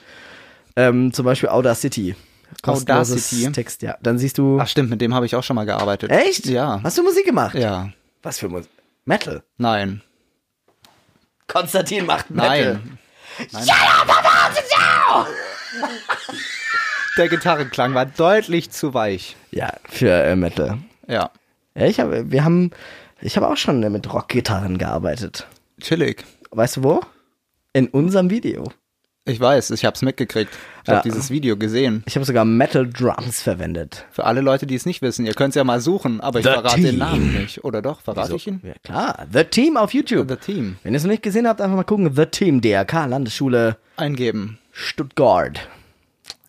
S2: Ähm, zum Beispiel Audacity. Kostenloses
S1: Audacity?
S2: Text, ja. Dann siehst du.
S1: Ach stimmt, mit dem habe ich auch schon mal gearbeitet.
S2: echt?
S1: Ja.
S2: Hast du Musik gemacht?
S1: Ja.
S2: Was für Musik? Metal.
S1: Nein.
S2: Konstantin macht Metal.
S1: Nein. Nein. Der Gitarrenklang war deutlich zu weich.
S2: Ja, für äh, Metal.
S1: Ja.
S2: Ja, ich habe, wir haben, ich habe auch schon äh, mit Rockgitarren gearbeitet.
S1: Chillig.
S2: Weißt du wo? In unserem Video.
S1: Ich weiß, ich hab's mitgekriegt. Ich hab
S2: Ja.
S1: dieses Video gesehen.
S2: Ich habe sogar Metal Drums verwendet.
S1: Für alle Leute, die es nicht wissen, ihr könnt's ja mal suchen, aber ich
S2: The
S1: verrate den
S2: Team.
S1: Namen nicht. Oder doch, verrate ich ihn?
S2: Ja, klar. The Team auf YouTube.
S1: The Team.
S2: Wenn ihr es noch nicht gesehen habt, einfach mal gucken. The Team, DRK, Landesschule
S1: Eingeben.
S2: Stuttgart.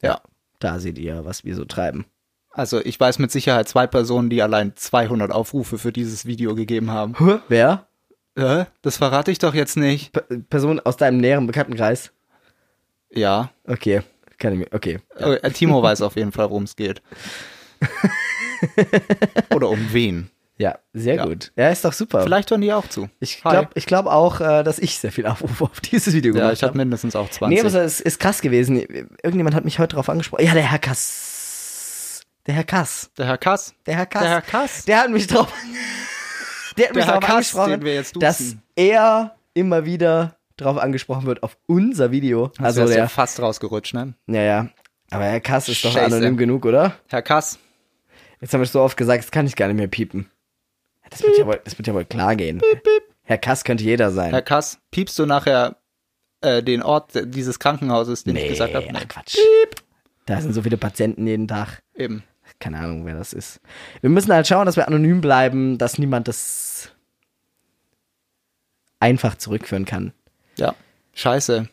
S1: Ja.
S2: Da seht ihr, was wir so treiben.
S1: Also ich weiß mit Sicherheit zwei Personen, die allein 200 Aufrufe für dieses Video gegeben haben.
S2: Wer?
S1: Äh, das verrate ich doch jetzt nicht.
S2: P Person aus deinem näheren Bekanntenkreis.
S1: Ja.
S2: Okay. Kann ich mir. Okay.
S1: Äh, Timo weiß auf jeden Fall, worum es geht. Oder um wen.
S2: Ja, sehr
S1: Ja.
S2: gut. Ja, ist doch super.
S1: Vielleicht hören die auch zu.
S2: ich
S1: Hi.
S2: glaube ich glaub auch, äh, dass ich sehr viel Aufrufe auf dieses Video
S1: Ja,
S2: gemacht
S1: ich habe
S2: habe.
S1: mindestens auch
S2: Nee, aber
S1: 20.
S2: es ist krass gewesen. Irgendjemand hat mich heute darauf angesprochen. Ja, der Herr Kass. Der Herr Kass.
S1: Der Herr Kass.
S2: Der Herr Kass.
S1: Der Herr Kass.
S2: Der hat mich drauf. Der hat mich
S1: Herr
S2: drauf
S1: Kass,
S2: angesprochen,
S1: den wir jetzt duzen.
S2: dass er immer wieder drauf angesprochen wird auf unser Video. Also
S1: der ist ja
S2: der.
S1: fast rausgerutscht, ne?
S2: Ja, ja. Aber Herr Kass ist doch
S1: Scheiße.
S2: anonym genug, oder?
S1: Herr Kass.
S2: Jetzt haben wir es so oft gesagt, das kann ich gar nicht mehr piepen. Das wird ja wohl, das wird ja wohl klar gehen. Herr Kass könnte jeder sein.
S1: Herr Kass, piepst du nachher äh, den Ort de- dieses Krankenhauses, den ich
S2: nee,
S1: gesagt habe? Nee,
S2: ach Quatsch. Da sind so viele Patienten jeden Tag.
S1: eben.
S2: Keine Ahnung, wer das ist. Wir müssen halt schauen, dass wir anonym bleiben, dass niemand das einfach zurückführen kann.
S1: Ja. Scheiße.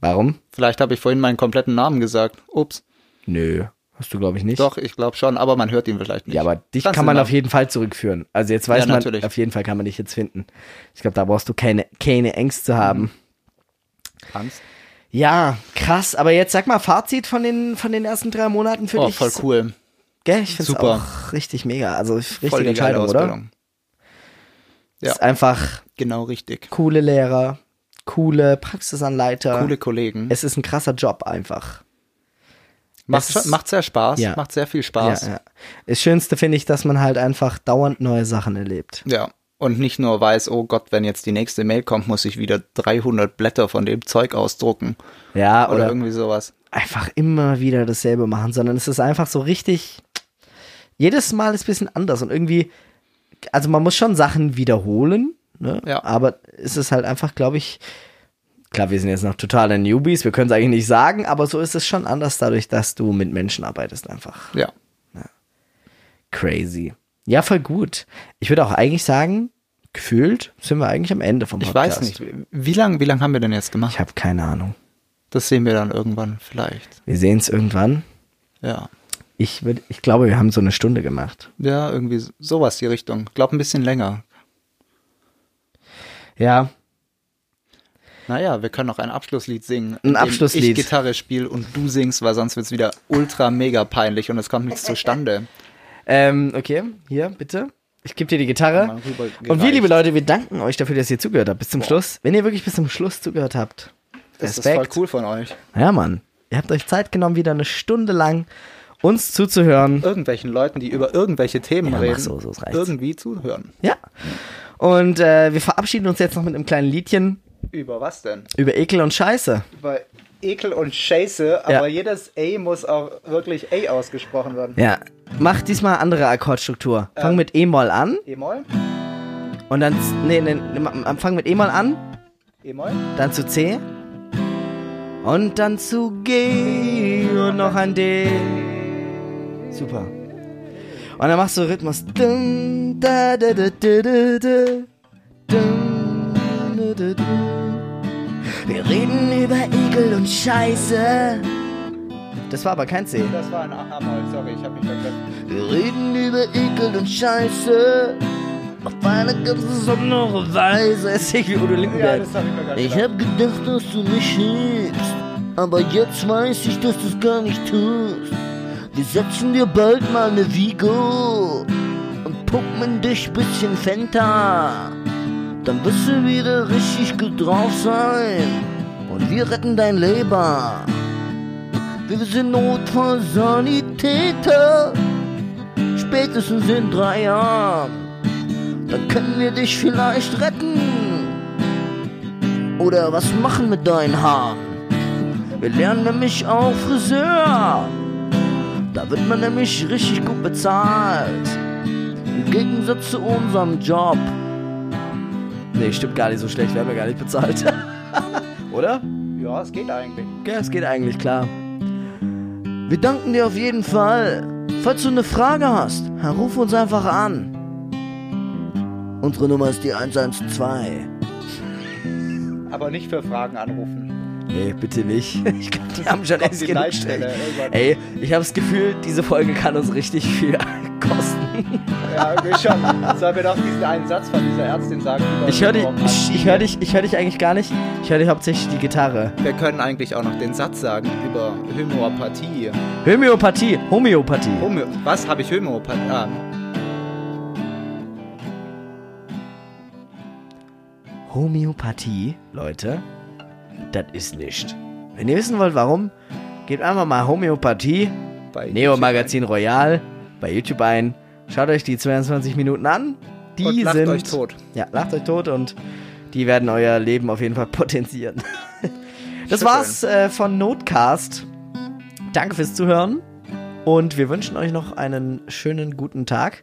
S2: Warum?
S1: Vielleicht habe ich vorhin meinen kompletten Namen gesagt. Ups.
S2: Nö, hast du, glaube ich, nicht.
S1: Doch, ich glaube schon, aber man hört ihn vielleicht nicht.
S2: Ja, aber dich
S1: Kannst
S2: kann
S1: du
S2: man
S1: mal-
S2: auf jeden Fall zurückführen. Also jetzt weiß
S1: Ja,
S2: man,
S1: natürlich.
S2: auf jeden Fall kann man dich jetzt finden. Ich glaube, da brauchst du keine, keine Ängste zu
S1: Mhm.
S2: haben.
S1: Angst.
S2: Ja, krass. Aber jetzt sag mal Fazit von den, von den ersten drei Monaten für
S1: Oh,
S2: dich.
S1: voll cool.
S2: Gell? Ich finde es
S1: Super.
S2: auch richtig mega. Also richtige
S1: Voll die geile
S2: Entscheidung, oder?
S1: Ausbildung. Ja.
S2: Ist einfach
S1: Genau richtig.
S2: coole Lehrer, coole Praxisanleiter.
S1: Coole Kollegen.
S2: Es ist ein krasser Job einfach.
S1: Macht,
S2: es
S1: schon-
S2: ist-
S1: macht sehr Spaß.
S2: Ja.
S1: Macht sehr viel Spaß.
S2: Ja, ja. Das Schönste finde ich, dass man halt einfach dauernd neue Sachen erlebt.
S1: Ja. Und nicht nur weiß, oh Gott, wenn jetzt die nächste Mail kommt, muss ich wieder 300 Blätter von dem Zeug ausdrucken.
S2: Ja,
S1: Oder,
S2: oder,
S1: irgendwie sowas.
S2: einfach immer wieder dasselbe machen, sondern es ist einfach so richtig. Jedes Mal ist ein bisschen anders und irgendwie, also man muss schon Sachen wiederholen, ne?
S1: Ja.
S2: aber es ist halt einfach, glaube ich, klar, wir sind jetzt noch totale Newbies, wir können es eigentlich nicht sagen, aber so ist es schon anders dadurch, dass du mit Menschen arbeitest einfach.
S1: Ja.
S2: Crazy. Ja, voll gut. Ich würde auch eigentlich sagen, gefühlt sind wir eigentlich am Ende vom
S1: Ich
S2: Podcast.
S1: weiß nicht. Wie lange wie lang haben wir denn jetzt gemacht?
S2: Oh, Ich habe keine Ahnung.
S1: Das sehen wir dann irgendwann vielleicht.
S2: Wir sehen es irgendwann.
S1: Ja.
S2: Ich, würd, ich glaube, wir haben so eine Stunde gemacht.
S1: Ja, irgendwie so- sowas die Richtung. Glaub ein bisschen länger.
S2: Ja,
S1: Naja, wir können noch ein Abschlusslied singen.
S2: Ein
S1: in dem Ich
S2: Abschlusslied.
S1: Gitarre spiele und du singst, weil sonst wird's wieder ultra mega peinlich und es kommt nichts zustande.
S2: Ähm, okay, hier, bitte. Ich gebe dir die
S1: Mal
S2: Gitarre.
S1: rübergereicht.
S2: Und wir, liebe Leute, wir danken euch dafür, dass ihr zugehört habt. Bis zum Schluss. Wenn ihr wirklich bis zum Schluss zugehört habt.
S1: Das ist voll
S2: Respekt.
S1: cool von euch.
S2: Ja, Mann. Ihr habt euch Zeit genommen, wieder eine Stunde lang uns zuzuhören.
S1: Irgendwelchen Leuten, die über irgendwelche Themen
S2: Ja, mach
S1: reden,
S2: so, so, es reicht.
S1: irgendwie zuhören.
S2: Ja. Und äh, wir verabschieden uns jetzt noch mit einem kleinen Liedchen
S1: Über was denn?
S2: über Ekel und Scheiße.
S1: Über Ekel und Scheiße,
S2: Ja.
S1: aber jedes A muss auch wirklich A ausgesprochen werden.
S2: Ja. Mach diesmal andere Akkordstruktur. Fang
S1: Ähm.
S2: mit E-Moll an
S1: E-Moll,
S2: und dann. z- Nee, nee, nee, ma- ma- fang mit E-Moll an,
S1: E-Moll.
S2: dann zu C. Und dann zu G und noch ein D. Super. Und dann machst du Rhythmus. Dun, da, da, da, da, da, da. Dun, da, da, da. Wir reden über Igel und Scheiße. Das war aber kein C.
S1: Das war ein A-Moll, sorry, ich hab mich vergessen.
S2: Wir reden über Ekel und Scheiße. Auf eine ganz besondere Weise. Es ist irgendwie Udo
S1: Ja,
S2: Lindenberg.
S1: das hab ich mir
S2: Ich
S1: vergessen.
S2: hab gedacht, dass du mich liebst, aber jetzt weiß ich, dass du's gar nicht tust. Wir setzen dir bald mal eine Vigo und pumpen dich bisschen Fenta. Dann wirst du wieder richtig gut drauf sein und wir retten dein Leber. Wir sind Notfallsanitäter, spätestens in drei Jahren. Dann können wir dich vielleicht retten. Oder was machen mit deinen Haaren? Wir lernen nämlich auch Friseur. Da wird man nämlich richtig gut bezahlt. Im Gegensatz zu unserem Job. Nee, stimmt gar nicht so schlecht, wir haben ja gar nicht bezahlt. Oder?
S1: Ja, es geht eigentlich.
S2: Ja, es geht eigentlich klar. Wir danken dir auf jeden Fall. Falls du eine Frage hast, dann ruf uns einfach an. Unsere Nummer ist die 112.
S1: Aber nicht für Fragen anrufen.
S2: Nee, bitte nicht. Ich glaube, Hm. die haben schon
S1: Kommt
S2: echt
S1: die
S2: genug
S1: Leitstelle
S2: Stress.
S1: irgendwann.
S2: Ey, ich habe das Gefühl, diese Folge kann uns richtig viel kosten.
S1: Ja, irgendwie schon. Sollen wir doch diesen einen Satz von dieser Ärztin sagen? die wir
S2: Ich höre dich,
S1: morgen
S2: ich, ich hör dich, ich hör dich eigentlich gar nicht. Ich höre dich hauptsächlich die Gitarre.
S1: Wir können eigentlich auch noch den Satz sagen über Homöopathie.
S2: Homöopathie, Homöopathie.
S1: Homö Was habe ich Homöopathie? Ah,
S2: Homöopathie, Leute, das ist nicht. Wenn ihr wissen wollt, warum, gebt einfach mal Homöopathie,
S1: bei
S2: Neo Magazin Royal, bei YouTube ein. Schaut euch die 22 Minuten an. Die
S1: Und lacht
S2: sind
S1: euch tot.
S2: Ja, lacht euch tot und die werden euer Leben auf jeden Fall potenzieren. Das
S1: Schütteln.
S2: war's äh, von Notcast. Danke fürs Zuhören und wir wünschen euch noch einen schönen guten Tag.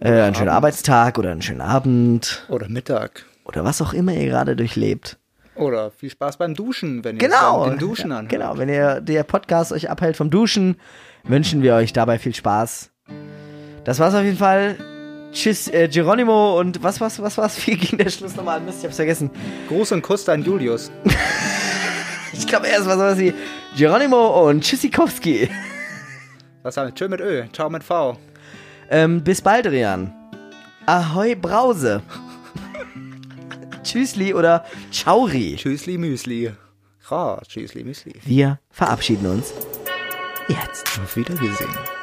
S2: Äh, einen schönen Arbeitstag oder einen schönen Abend
S1: Oder Mittag.
S2: oder was auch immer ihr gerade durchlebt.
S1: Oder viel Spaß beim Duschen, wenn ihr
S2: Genau.
S1: es beim Duschen anhört.
S2: Genau, wenn ihr der Podcast euch abhält vom Duschen, wünschen wir euch dabei viel Spaß. Das war's auf jeden Fall. Tschüss, äh, Geronimo und was, was, was, was? Wie ging der Schluss nochmal an? Mist, ich hab's vergessen.
S1: Gruß und Kuss an Julius.
S2: Ich glaube, erst war sowas wie Geronimo und Tschüssikowski.
S1: Was haben wir? Tschö mit Ö, ciao mit V.
S2: Ähm, bis bald, Rian. Ahoi, Brause. Tschüssli oder Chauri.
S1: Tschüssli Müsli. Ra, Tschüssli Müsli.
S2: Wir verabschieden uns jetzt.
S1: Auf Wiedersehen.